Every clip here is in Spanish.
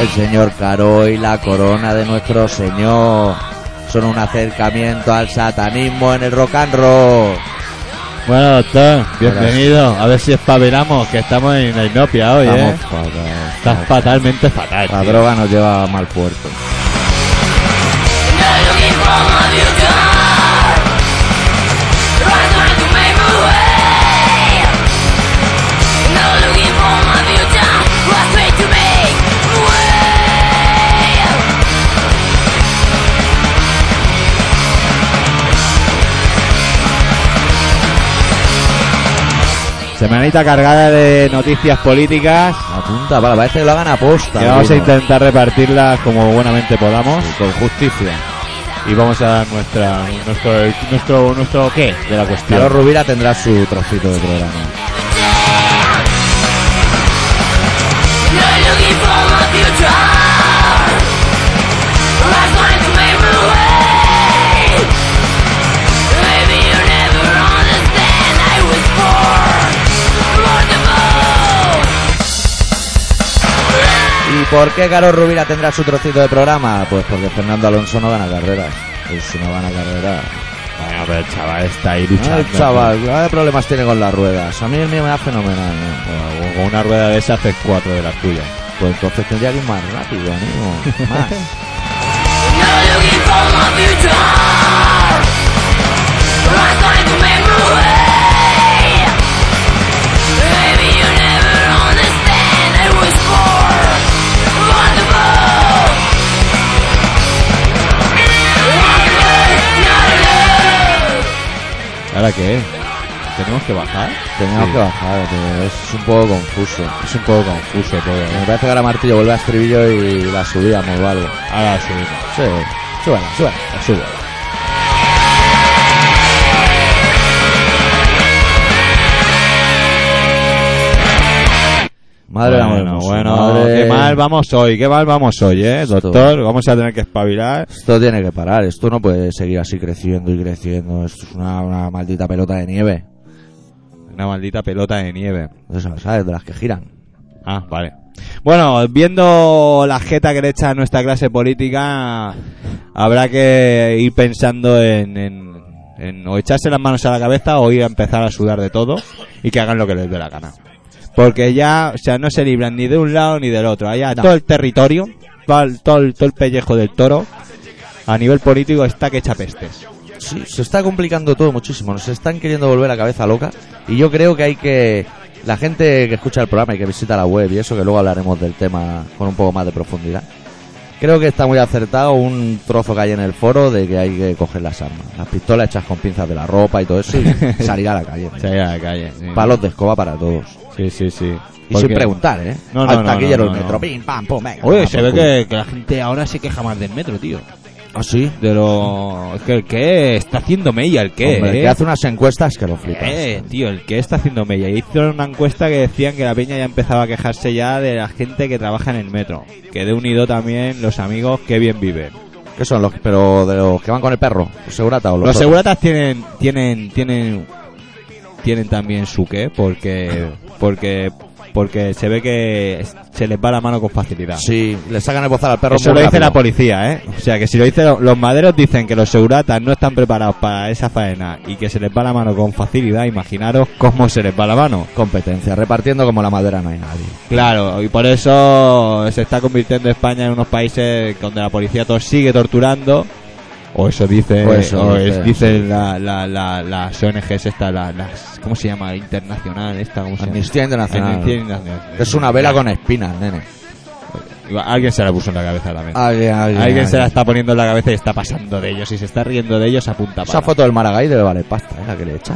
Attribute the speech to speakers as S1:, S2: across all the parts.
S1: el señor Caroy, la corona de nuestro señor. Son un acercamiento al satanismo en el rock and roll.
S2: Bueno, doctor, bienvenido. A ver si espabilamos, que estamos en la inopia hoy, ¿eh?
S1: Estamos Ah, fatal.
S2: Estás fatalmente fatal.
S1: La
S2: tío.
S1: droga nos lleva a mal puerto.
S2: Semanita cargada de noticias políticas.
S1: Apunta, vale, parece que lo hagan aposta.
S2: que vamos a
S1: algunos.
S2: intentar repartirlas como buenamente podamos.
S1: Con justicia.
S2: Y vamos a dar nuestra, nuestro, nuestro, nuestro qué de la
S1: Carlos
S2: cuestión.
S1: Rubira tendrá su trocito de programa. ¿Y por qué Carlos Rubira tendrá su trocito de programa? Pues porque Fernando Alonso no gana carreras. Y si no gana carreras.
S2: Bueno, pero el chaval está ahí
S1: Ah,
S2: luchando.
S1: el chaval, ¿qué problemas tiene con las ruedas? A mí el mío me da fenomenal. ¿no?
S2: Bueno, Con una rueda de esa hace cuatro de las tuyas.
S1: Pues entonces tendría que ir más rápido, amigo. Más.
S2: ¿Ahora qué? ¿Tenemos que bajar?
S1: Tenemos
S2: Sí.
S1: que bajar, tío. es un poco confuso.
S2: Es un poco confuso todo. ¿eh?
S1: Me parece que ahora Martillo vuelve a estribillo y la subíamos o algo.
S2: Ahora subimos.
S1: Sí, súbela, súbela.
S2: La subo.
S1: Madre de amor
S2: bueno,
S1: hermoso,
S2: bueno,
S1: madre-
S2: qué mal vamos hoy, qué mal vamos hoy, eh, doctor. Vamos a tener que espabilar.
S1: Esto tiene que parar, esto no puede seguir así creciendo y creciendo. Esto es una, una maldita pelota de nieve.
S2: Una maldita pelota de nieve.
S1: De esas, ¿sabes? De las que giran.
S2: Ah, vale. Bueno, viendo la jeta que le echa a nuestra clase política, habrá que ir pensando en, en- en o echarse las manos a la cabeza o ir a empezar a sudar de todo y que hagan lo que les dé la gana. Porque ya, o sea, no se libran ni de un lado ni del otro. Allá todo el territorio, todo el, todo el- todo el pellejo del toro, a nivel político está que echa pestes.
S1: Sí, se está complicando todo muchísimo. Nos están queriendo volver la cabeza loca. Y yo creo que hay que. La gente que escucha el programa y que visita la web y eso, que luego hablaremos del tema con un poco más de profundidad. Creo que está muy acertado un trozo que hay en el foro de que hay que coger las armas. Las pistolas hechas con pinzas de la ropa y todo eso y salir a la calle.
S2: Salir a la calle. eh, sí.
S1: Palos de escoba para todos.
S2: Sí, sí, sí.
S1: Y
S2: Porque-
S1: sin preguntar, ¿eh?
S2: No, no,
S1: Al
S2: no,
S1: taquillero
S2: no,
S1: del
S2: no.
S1: metro, pim, pam, pum, venga.
S2: Oye,
S1: toma
S2: se
S1: Ah, por
S2: ve
S1: culo.
S2: que, que la gente ahora se queja más del metro, tío.
S1: ¿Ah, sí?
S2: De lo. Es que el que está haciendo mella, el que.
S1: Hombre,
S2: eh.
S1: que hace unas encuestas que lo flipas.
S2: Eh, tío, el que está haciendo mella. Hicieron una encuesta que decían que la peña ya empezaba a quejarse ya de la gente que trabaja en el metro. Que de unido también los amigos que bien viven.
S1: ¿Qué son los pero de los que van con el perro? ¿Los segurata o los
S2: Los
S1: otros?
S2: seguratas tienen, tienen, tienen, tienen también su qué, porque, porque, porque se ve que se les va la mano con facilidad.
S1: Sí, le sacan el bozal al perro
S2: Eso
S1: muy
S2: lo dice
S1: rápido.
S2: la policía, ¿eh? O sea, que si lo dicen los maderos, dicen que los seguratas no están preparados para esa faena y que se les va la mano con facilidad. Imaginaros cómo se les va la mano.
S1: Competencia, repartiendo como la madera no hay nadie.
S2: Claro, y por eso se está convirtiendo España en unos países donde la policía to- sigue torturando. O eso dice,
S1: O eso
S2: o
S1: dice,
S2: es- dice la, la, la- las ONGs esta, la- las, ¿cómo se llama? Internacional esta, ¿cómo se llama?
S1: Amnistía Internacional.
S2: Amnistía Internacional.
S1: Es una vela con espinas, nene.
S2: Alguien se la puso en la cabeza también.
S1: Alguien, alguien,
S2: Alguien se la
S1: alguien.
S2: está poniendo en la cabeza y está pasando de ellos y se está riendo de ellos a punta
S1: Esa
S2: pala.
S1: foto del Maragall debe valer pasta, ¿eh? La que le echa.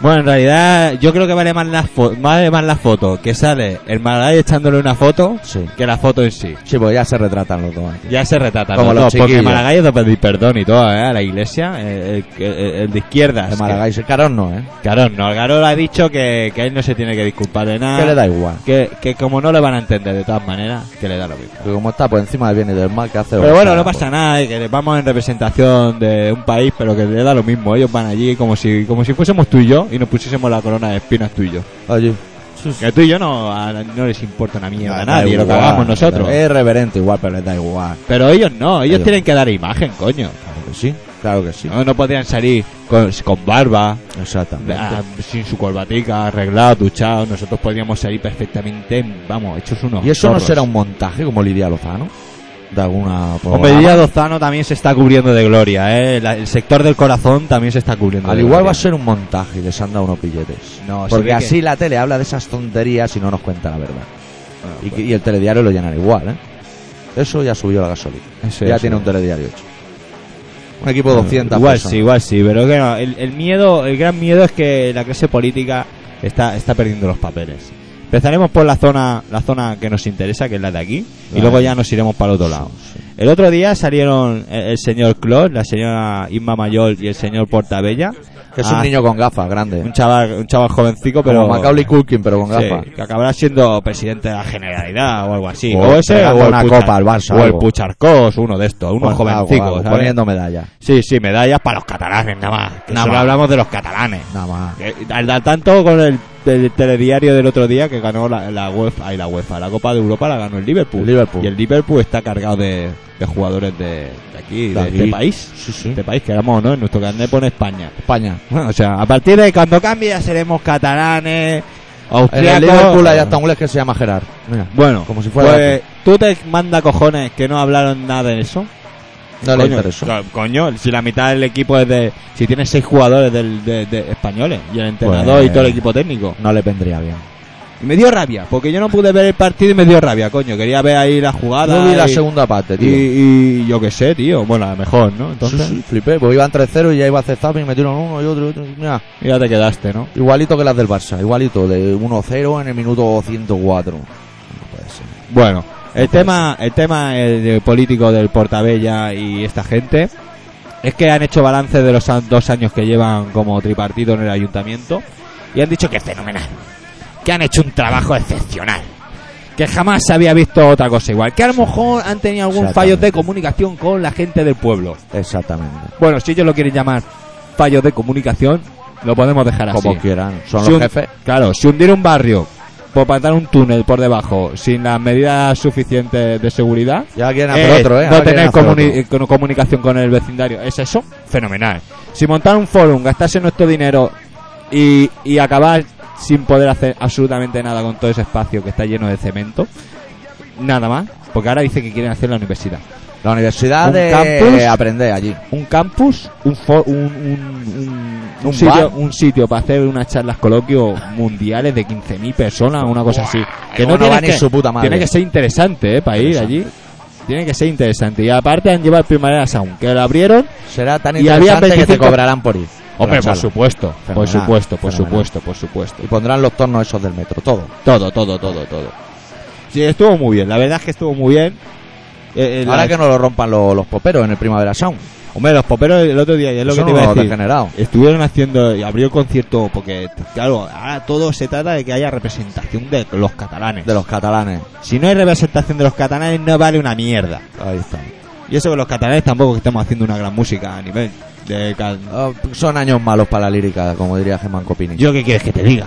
S2: Bueno, en realidad yo creo que vale más la, fo- vale más la foto que sale el Magalhães echándole una foto
S1: Sí.
S2: que la foto en sí.
S1: Sí, pues ya se retratan los dos. aquí.
S2: Ya se retratan
S1: Como los
S2: los dos, porque
S1: chiquillos.
S2: Maragall es de pedir perdón y todo, ¿eh? A la iglesia, el, el- el- el de izquierdas.
S1: El Maragall, el Carón no, ¿eh?
S2: que- Carón, no, el Carón ha dicho que, que él no se tiene que disculpar de nada.
S1: Que le da igual.
S2: Que, que como no le van a entender de todas maneras, que le da lo mismo.
S1: Que como está por encima del bien y del mal que hace.
S2: Pero bueno, no
S1: pues.
S2: pasa nada, eh, que vamos en representación de un país, pero que le da lo mismo. Ellos van allí como si, como si fuésemos tú y yo y nos pusiésemos la corona de espinas tú y yo.
S1: Oye,
S2: Que tú y yo no, a- no les importa una mierda a
S1: Da
S2: nadie lo que
S1: igual,
S2: hagamos nosotros.
S1: Es reverente igual, pero les da igual.
S2: Pero ellos no, ellos
S1: Ellos.
S2: tienen que dar imagen, coño.
S1: Claro que sí, claro que sí.
S2: No, no podían salir con, con barba,
S1: Exactamente.
S2: ah, sin su corbatica, arreglado, duchado. Nosotros podíamos salir perfectamente, vamos, hechos unos.
S1: ¿Y eso no
S2: zorros.
S1: será un montaje como Lidia Lozano? De alguna
S2: Hombre,
S1: programa.
S2: Lidia Lozano también se está cubriendo de gloria, ¿eh? La- el sector del corazón también se está cubriendo
S1: Al
S2: de
S1: igual
S2: gloria.
S1: va a ser un montaje y les han dado unos billetes.
S2: No, se ve
S1: Porque
S2: que-
S1: así la tele habla de esas tonterías y no nos cuenta la verdad.
S2: Bueno,
S1: Y,
S2: pues,
S1: y el telediario lo llenará igual, ¿eh? Eso ya subió la gasolina.
S2: eso
S1: ya
S2: es,
S1: tiene
S2: eh. mm,
S1: un telediario hecho. Un equipo de 200
S2: Igual
S1: personas.
S2: sí, igual sí, pero que no, el, el miedo, el gran miedo es que la clase política está, está perdiendo los papeles. Empezaremos por la zona, la zona que nos interesa, que es la de aquí, y
S1: Claro.
S2: luego ya nos iremos para el otro lado. El otro día salieron el, el señor Claus, la señora Inma Mayol y el señor Portabella.
S1: Que es
S2: Ah,
S1: un niño con gafas, grande.
S2: un chaval, un chaval jovencico,
S1: pero
S2: pero
S1: Macaulay Culkin, pero con
S2: Sí,
S1: gafas.
S2: que acabará siendo presidente de la Generalidad o algo así.
S1: O
S2: O, ese, o
S1: pegando
S2: el
S1: una
S2: Puchar-
S1: copa al Barça,
S2: O el
S1: algo.
S2: Pucharcos, uno de estos, unos
S1: Bueno,
S2: jovencicos.
S1: algo, algo,
S2: ¿sabes?
S1: poniendo medalla.
S2: Sí, sí, medallas para los catalanes, nada más. Que
S1: Nada
S2: solo
S1: más.
S2: hablamos de los catalanes.
S1: Nada más.
S2: Que, al- al tanto con el, el telediario del otro día que ganó la, la UEFA, ay, la UEFA, la Copa de Europa la ganó el Liverpool.
S1: El Liverpool.
S2: Y el Liverpool está cargado de, de jugadores de, de aquí, de,
S1: De aquí.
S2: este país.
S1: Sí, sí.
S2: Este país que éramos, ¿no? En nuestro carnet pone España.
S1: España.
S2: Bueno, o sea, a partir de cuando cambie ya seremos catalanes,
S1: En el
S2: austriacos...
S1: Liverpool hay hasta un inglés que se llama Gerard. Mira.
S2: Bueno,
S1: como si fuera
S2: pues, tú te manda cojones que no hablaron nada de eso.
S1: No le
S2: Coño,
S1: interesó.
S2: co- Coño, si la mitad del equipo es de. Si tienes seis jugadores del- de, de españoles y el entrenador
S1: Pues-
S2: y todo el equipo técnico.
S1: No le vendría bien.
S2: Y me dio rabia, porque yo no pude ver el partido y me dio rabia, coño. Quería ver ahí la jugada.
S1: No vi la
S2: y,
S1: segunda parte,
S2: y,
S1: tío.
S2: y yo qué sé, tío. Bueno, a lo mejor, ¿no? Entonces,
S1: Sí, sí, flipé, pues iban 3-0 y ya iba a Zapping y metieron uno y otro y otro. Mira,
S2: ya te quedaste, ¿no?
S1: igualito que las del Barça, igualito, de 1-0 en el minuto 104. No puede ser.
S2: Bueno,
S1: Pues.
S2: el tema, el tema eh, de político del Portabella y esta gente es que han hecho balance de los an- dos años que llevan como tripartito en el ayuntamiento y han dicho que es fenomenal, que han hecho un trabajo excepcional, que jamás se había visto otra cosa igual, que a lo mejor han tenido algún fallo de
S1: Exactamente.
S2: comunicación con la gente del pueblo.
S1: Exactamente.
S2: Bueno, si ellos lo quieren llamar fallos de comunicación, lo podemos dejar así.
S1: Como quieran, son
S2: Si
S1: los
S2: un-
S1: jefes.
S2: Claro, si hundir un barrio por plantar un túnel por debajo sin las medidas suficientes de seguridad,
S1: Ya quieren
S2: eh,
S1: hacer otro, ¿eh?
S2: no
S1: Ahora quieren
S2: tener
S1: hacer
S2: comuni-
S1: otro.
S2: eh, con- comunicación con el vecindario, es eso, fenomenal. Si montar un forum, gastarse nuestro dinero y, y acabar sin poder hacer absolutamente nada con todo ese espacio que está lleno de cemento, nada más, porque ahora dice que quieren hacer la universidad.
S1: La universidad
S2: un
S1: de
S2: campus-
S1: aprender allí.
S2: Un campus, un, fo- un, un- un- un
S1: Un
S2: sitio,
S1: bar.
S2: un sitio para hacer unas charlas coloquios mundiales de 15.000 personas, una cosa así. Que
S1: Como
S2: no, tiene
S1: va ni
S2: que,
S1: su puta madre.
S2: Tiene que ser interesante, ¿eh? Para ir
S1: Interesante.
S2: allí. Tiene que ser interesante. Y aparte han llevado el Primavera Sound, que lo abrieron.
S1: Será tan
S2: Y había
S1: interesante que te
S2: 25
S1: cobrarán por ir.
S2: Hombre,
S1: Por la
S2: por
S1: charla.
S2: supuesto. por
S1: Fenomenal,
S2: supuesto, por
S1: fenomenal.
S2: supuesto, por supuesto.
S1: Y pondrán los tornos esos del metro, todo.
S2: Todo, todo, todo, todo. Sí, estuvo muy bien. La verdad es que estuvo muy bien. Eh, eh,
S1: Ahora
S2: la-
S1: que no lo rompan lo- los poperos en el Primavera Sound.
S2: Hombre, los poperos el otro día, ya es lo
S1: Son
S2: que te iba a
S1: unos
S2: decir.
S1: degenerados.
S2: Estuvieron haciendo, y abrió el concierto, porque, claro, ahora todo se trata de que haya representación de los catalanes.
S1: De los catalanes.
S2: Si no hay representación de los catalanes, no vale una mierda.
S1: Ahí está.
S2: Y eso que los catalanes tampoco que estamos haciendo una gran música a nivel de cal-
S1: Ah, son años malos para la lírica, como diría Germán Copini.
S2: Yo qué quieres que te diga.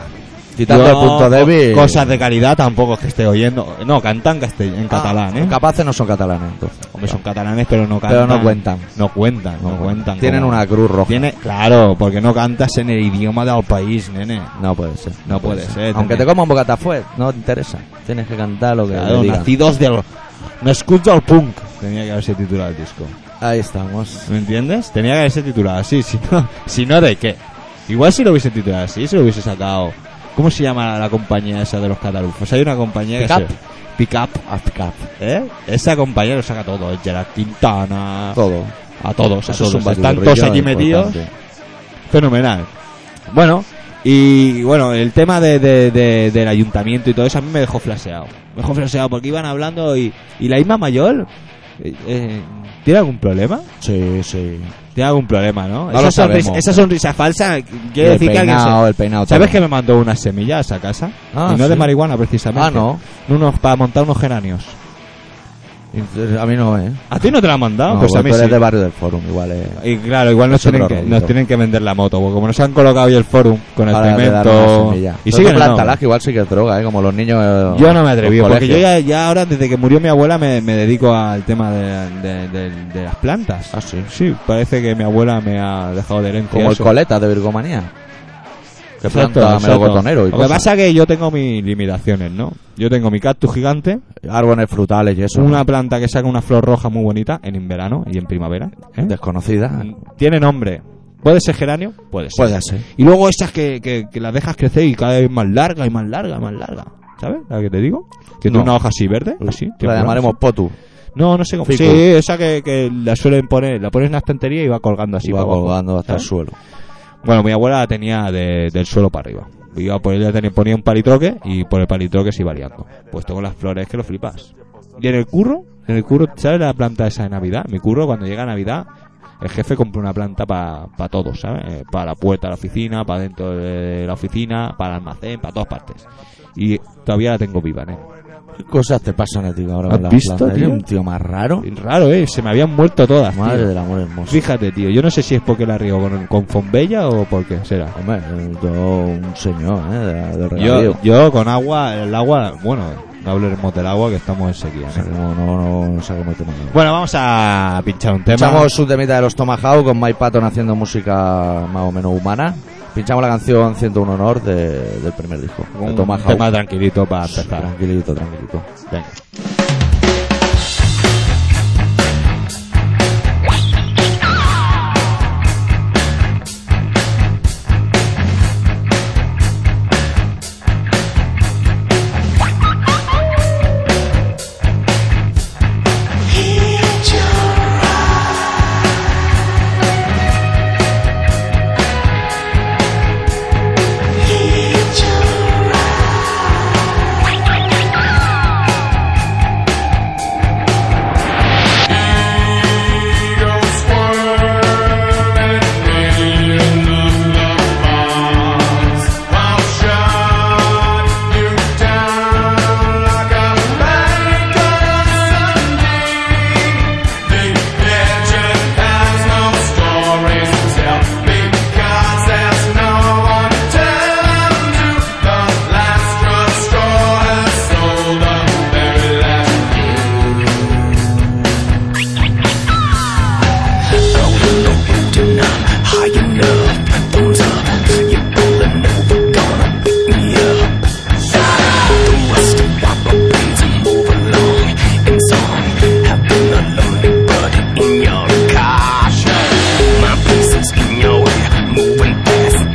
S1: Quitando
S2: Yo,
S1: el punto débil.
S2: co- Cosas de calidad tampoco es que esté oyendo. No, cantan castell- en
S1: Ah,
S2: catalán, ¿eh?
S1: Capaces no son catalanes, entonces.
S2: Hombre, son catalanes, pero no
S1: Pero
S2: cantan.
S1: no cuentan.
S2: No cuentan, no cuentan.
S1: Tienen
S2: como-
S1: una cruz roja.
S2: Tiene, claro, porque no cantas en el idioma del país, nene.
S1: No puede ser.
S2: No puede ser,
S1: Aunque te
S2: tiene-
S1: coman bocata fue, no te interesa. Tienes que cantar lo que
S2: Claro,
S1: te digan.
S2: nacidos del. Nascuts del punk. Tenía que haberse titulado el disco.
S1: Ahí estamos.
S2: ¿Me entiendes? Tenía que haberse titulado así, si no, si no ¿de qué? Igual si lo hubiese titulado así, si lo hubiese sacado. ¿Cómo se llama la compañía esa de los catalufos? Hay una compañía
S1: Pick Ah,
S2: que se... Pick Up. Pick Up. ¿Eh? Esa compañía lo saca todo. El Gerard Quintana...
S1: Todo.
S2: A todos,
S1: Oh. Eso
S2: a
S1: es
S2: todos.
S1: un
S2: Están
S1: batiburrillo
S2: todos allí metidos.
S1: importante.
S2: Fenomenal. Bueno, y bueno, el tema de, de- de- del ayuntamiento y todo eso a mí me dejó flaseado. Me dejó flaseado porque iban hablando y, y la Isma Mayor... eh, eh, ¿Tiene algún problema?
S1: Sí, sí.
S2: Tiene algún problema,
S1: No
S2: ¿no? esa,
S1: lo
S2: sonrisa,
S1: sabemos.
S2: esa sonrisa falsa
S1: Y el
S2: quiere decir que alguien
S1: peinado,
S2: se...
S1: el peinado.
S2: ¿Sabes que
S1: también.
S2: me mandó unas semillas a casa?
S1: Ah,
S2: y no de
S1: sí.
S2: marihuana, precisamente.
S1: Ah, no.
S2: Unos para montar unos geranios.
S1: ¿Y Inf- A mí no, ¿eh?
S2: ¿A ti no te la han mandado?
S1: no,
S2: pues a
S1: porque
S2: mí
S1: tú eres
S2: sí.
S1: de barrio del Forum, igual. eh.
S2: Y claro, igual nos
S1: Es un
S2: tienen,
S1: raro,
S2: que, nos
S1: yo.
S2: tienen que vender la moto, porque como nos han colocado hoy el forum con el
S1: Ahora le dan una
S2: cemento...
S1: semilla.
S2: Y
S1: Pero
S2: siguen
S1: tú
S2: en
S1: plántalas,
S2: obra.
S1: que igual sí que es droga, ¿eh? Como los niños. eh,
S2: Yo no me atreví,
S1: los
S2: porque yo
S1: colegios.
S2: ya, ya ahora, desde que murió mi abuela, me, me dedico al tema de, de- de- de las plantas.
S1: Ah, sí.
S2: Sí, parece que mi abuela me ha dejado de herencia
S1: Como el
S2: eso.
S1: coleta de Virgomanía. Que
S2: Exacto,
S1: planta
S2: exacto.
S1: melocotonero y
S2: Lo que
S1: cosas.
S2: pasa que yo tengo mis limitaciones, ¿no? Yo tengo mi cactus gigante,
S1: Árboles frutales y eso.
S2: una planta que saca una flor roja muy bonita en verano y en primavera. ¿eh?
S1: desconocida.
S2: Tiene nombre. ¿Puede ser geranio? Puede ser.
S1: Puede ser.
S2: Y luego esas que, que, que las dejas crecer y cada vez más larga y más larga, más larga. ¿Sabes? La que te digo. Que
S1: No.
S2: tiene una hoja así verde, así.
S1: La
S2: triangular,
S1: llamaremos Potu.
S2: así. No, no sé cómo.
S1: Ficus.
S2: Sí, esa que, que la suelen poner, la pones en una estantería y va colgando así.
S1: y va
S2: para abajo,
S1: colgando hasta el
S2: ¿sabes?
S1: suelo.
S2: Bueno, mi abuela la tenía de- del suelo para arriba. Iba por ella tenía, ponía un palitroque y por el palitroque se iba liando. Puesto con las flores que lo flipas. Y en el curro, en el curro, ¿sabes la planta esa de Navidad? Mi curro, cuando llega Navidad, el jefe compra una planta para todos, ¿sabes? para la puerta de la oficina, para dentro de la oficina, para el almacén, para todas partes. Y todavía la tengo viva, ¿eh?
S1: ¿Qué cosas te pasan a ti ahora
S2: ¿Has
S1: con las
S2: visto,
S1: plantas?
S2: tío?
S1: Eres un tío más raro.
S2: Raro, ¿eh? Se me habían muerto todas. tío.
S1: Madre del amor hermoso.
S2: Fíjate, tío, yo no sé si es porque la río con, con Fonbella o por qué será.
S1: Hombre, eh, todo un señor, ¿eh? De, de regadío.
S2: Yo, yo con agua, el agua, bueno, no hablaremos del agua que estamos en sequía.
S1: O
S2: ¿no?
S1: sea, que no, no, no, no sabemos el tema.
S2: Bueno, vamos a pinchar un tema.
S1: Pinchamos su temita de los Tomahawk con Mike Patton haciendo música más o menos humana. Pinchamos la canción 101 Honor de- del primer disco.
S2: un
S1: De Tomahawk.
S2: tema tranquilito para
S1: Sí,
S2: empezar.
S1: Tranquilito, tranquilito.
S2: Venga.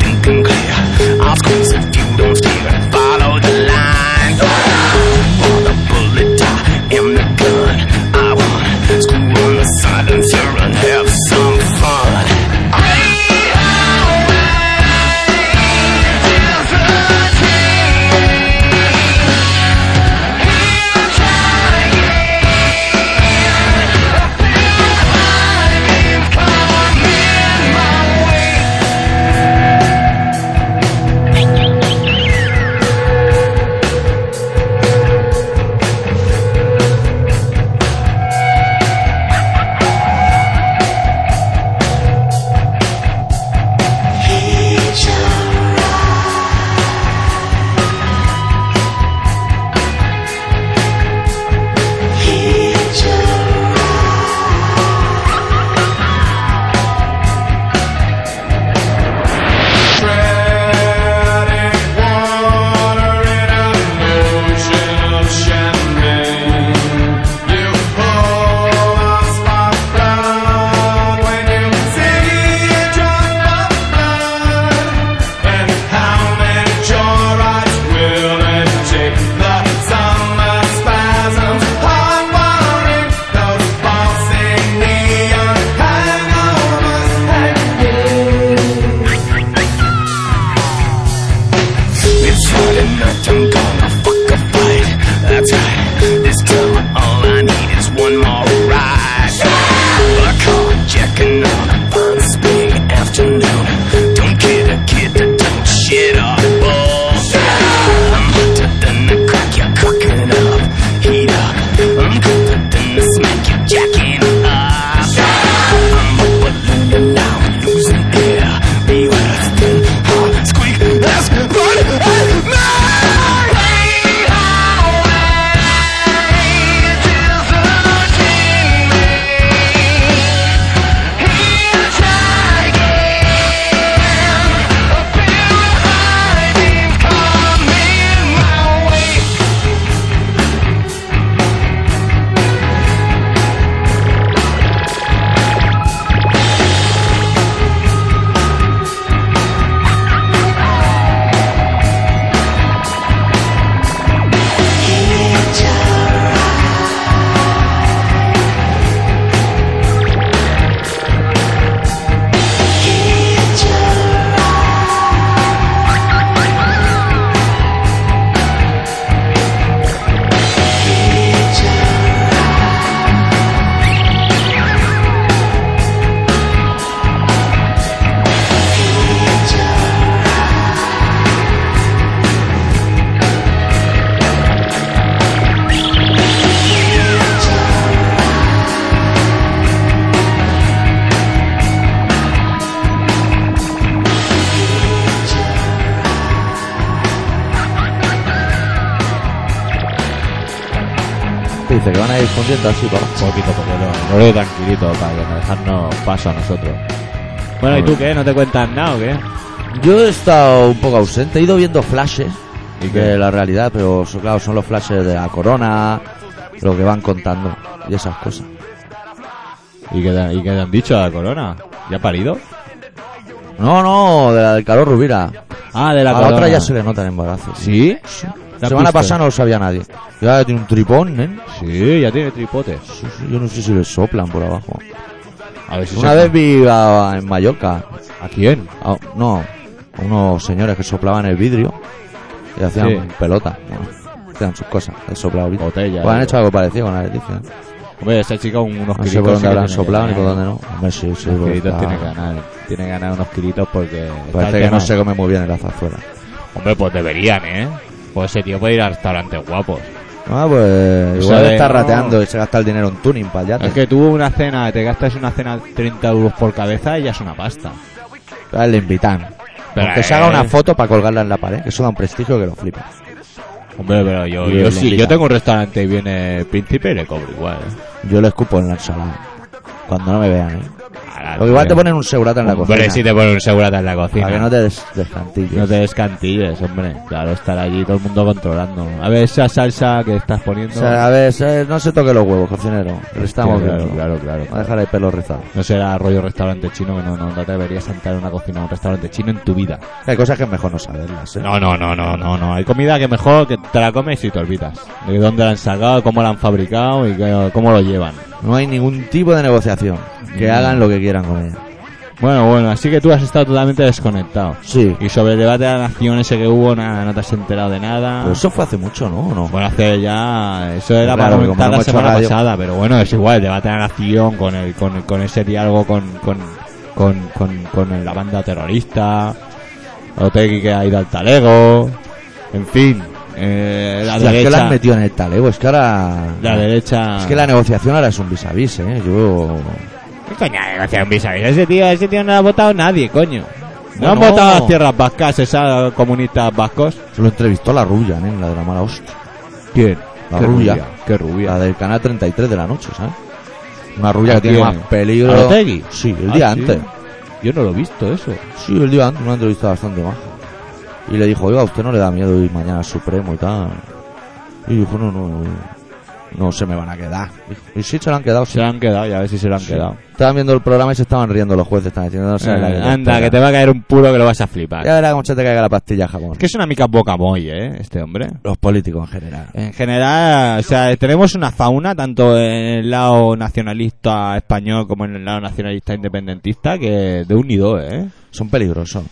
S3: I'll squeeze if you don't steer and follow the line. For the bullet and the gun, I want screw on the silencer and have some fun.
S1: dices? Que van a ir fundiendo así, para abajo.
S2: Poquito, poquito. Lo digo tranquilito para que no dejarnos paso a nosotros. Bueno, ¿y tú qué? ¿No te cuentas nada o qué?
S1: Yo he estado un poco ausente, he ido viendo flashes
S2: ¿Y qué?
S1: de la realidad, pero so- claro, son los flashes de la corona, lo que van contando y esas cosas.
S2: ¿Y qué te, y qué te han dicho a la corona? ¿Ya ha parido?
S1: No, no, de la del calor Rubira.
S2: Ah, de la
S1: a
S2: corona.
S1: la otra ya se le notan embarazos.
S2: ¿Sí? ¿La
S1: Semana
S2: has visto?
S1: pasada no lo sabía nadie. Ya tiene un tripón, ¿eh?
S2: Sí, ya tiene tripotes.
S1: Sí, sí, Yo no sé si le soplan por abajo.
S2: A ver si
S1: Una
S2: se-
S1: vez vi a- en Mallorca,
S2: ¿A quién?
S1: a- no, a unos señores que soplaban el vidrio y hacían
S2: Sí.
S1: pelota. Bueno, hacían sus cosas, el soplado vidrio.
S2: Botella.
S1: Pues han
S2: eh.
S1: hecho algo parecido con la Leticia. ¿eh?
S2: Hombre, esa chica un- unos
S1: No
S2: kilitos.
S1: sé por
S2: sí que
S1: dónde habrán
S2: tiene que
S1: soplado ni por
S2: ganar.
S1: dónde no. Hombre, sí, sí,
S2: Unos
S1: porque
S2: kilitos
S1: está-
S2: tiene que ganar. Tiene que ganar unos kilitos porque.
S1: Parece que no se come muy bien en la zarzuela.
S2: Hombre, pues deberían, ¿eh? Pues ese tío puede ir a restaurantes guapos.
S1: Ah, pues igual
S2: sabe,
S1: está
S2: no.
S1: rateando y se gasta el dinero en tuning para allá.
S2: Es que tú una cena, te gastas una cena 30 euros por cabeza y ya es una pasta.
S1: le invitan.
S2: Pero,
S1: Ah, Aunque se
S2: eh,
S1: haga una foto para colgarla en la pared, que eso da un prestigio que lo flipa.
S2: Hombre, pero yo,
S1: Y
S2: yo,
S1: le
S2: sí, yo
S1: invitan.
S2: tengo un restaurante y viene el príncipe y le cobro igual. ¿eh?
S1: Yo le escupo en la ensalada. Cuando no me vean, ¿eh?
S2: Ahora,
S1: Porque igual
S2: tío.
S1: te ponen un segurata en la
S2: Hombre,
S1: cocina.
S2: si te ponen un segurata en la cocina.
S1: Para que no te des descantilles.
S2: No te descantilles, hombre. Claro, estar allí todo el mundo controlando. A ver esa salsa que estás poniendo.
S1: O sea, a ver, se- no se toque los huevos, cocinero. Le estamos
S2: Sí, claro,
S1: viendo.
S2: claro, claro,
S1: Va a dejar el pelo rizado.
S2: No será rollo restaurante chino, que no, no, no te deberías sentar en una cocina de un restaurante chino en tu vida.
S1: Hay cosas que es mejor no saberlas, ¿eh?
S2: No, no, no, no, no, no. Hay comida que mejor que te la comes y te olvidas. De dónde la han sacado, cómo la han fabricado y qué- cómo lo llevan.
S1: No hay ningún tipo de negociación. Que
S2: Mm.
S1: hagan lo que quieran con ella.
S2: Bueno, bueno, así que tú has estado totalmente desconectado.
S1: Sí.
S2: Y sobre el debate de la nación ese que hubo, nada, no te has enterado de nada.
S1: Pero eso fue hace mucho, ¿no? ¿O no?
S2: Bueno, hace ya. Eso era
S1: Claro,
S2: para
S1: porque
S2: comentar
S1: como no
S2: la
S1: hemos hecho
S2: semana
S1: radio.
S2: pasada, pero bueno, es igual. El debate de la nación con, el, con, con ese diálogo con, con, con, con, con la banda terrorista, Otegi que ha ido al talego, en fin. Eh, la
S1: Hostia, es que la
S2: derecha.
S1: han metido en el talego. Es que ahora.
S2: La derecha.
S1: Es que la negociación ahora es un vis a vis, ¿eh? Yo.
S2: ¿Qué coño ha negociado un vis a vis? Ese tío, ese tío no lo ha votado nadie, coño. No, han
S1: Bueno.
S2: votado a las tierras vascas, esas comunistas vascos.
S1: Se lo entrevistó la Rulla, ¿eh? La de la mala hostia.
S2: ¿Quién?
S1: La
S2: Qué
S1: rubia.
S2: Qué rubia.
S1: La del canal 33 de la noche, ¿sabes? Una rubia
S2: ¿A
S1: que tiene
S2: quién?
S1: más peligro.
S2: ¿A Otegui?
S1: Sí, el
S2: Ah,
S1: día
S2: sí.
S1: antes.
S2: Yo no lo he visto eso.
S1: Sí, el día antes, una entrevista bastante maja. Y le dijo, oiga, ¿a usted no le da miedo ir mañana al Supremo y tal? Y dijo, no, no, no, no se me van a quedar. Dijo, Y sí, se lo han quedado, sí.
S2: Se la han quedado, ya a ver si se la han
S1: Sí.
S2: quedado.
S1: Estaban viendo el programa y se estaban riendo los jueces, estaban diciendo, no sabes la
S2: Eh,
S1: que
S2: anda, que te
S1: espera".
S2: va a caer un puro que lo vas a flipar.
S1: Ya verás cómo se te caiga la pastilla, jamón.
S2: Es que es una mica boca boy, eh, este hombre.
S1: Los políticos en general.
S2: En general, o sea, tenemos una fauna tanto en el lado nacionalista español como en el lado nacionalista independentista que de unido, eh.
S1: Son peligrosos.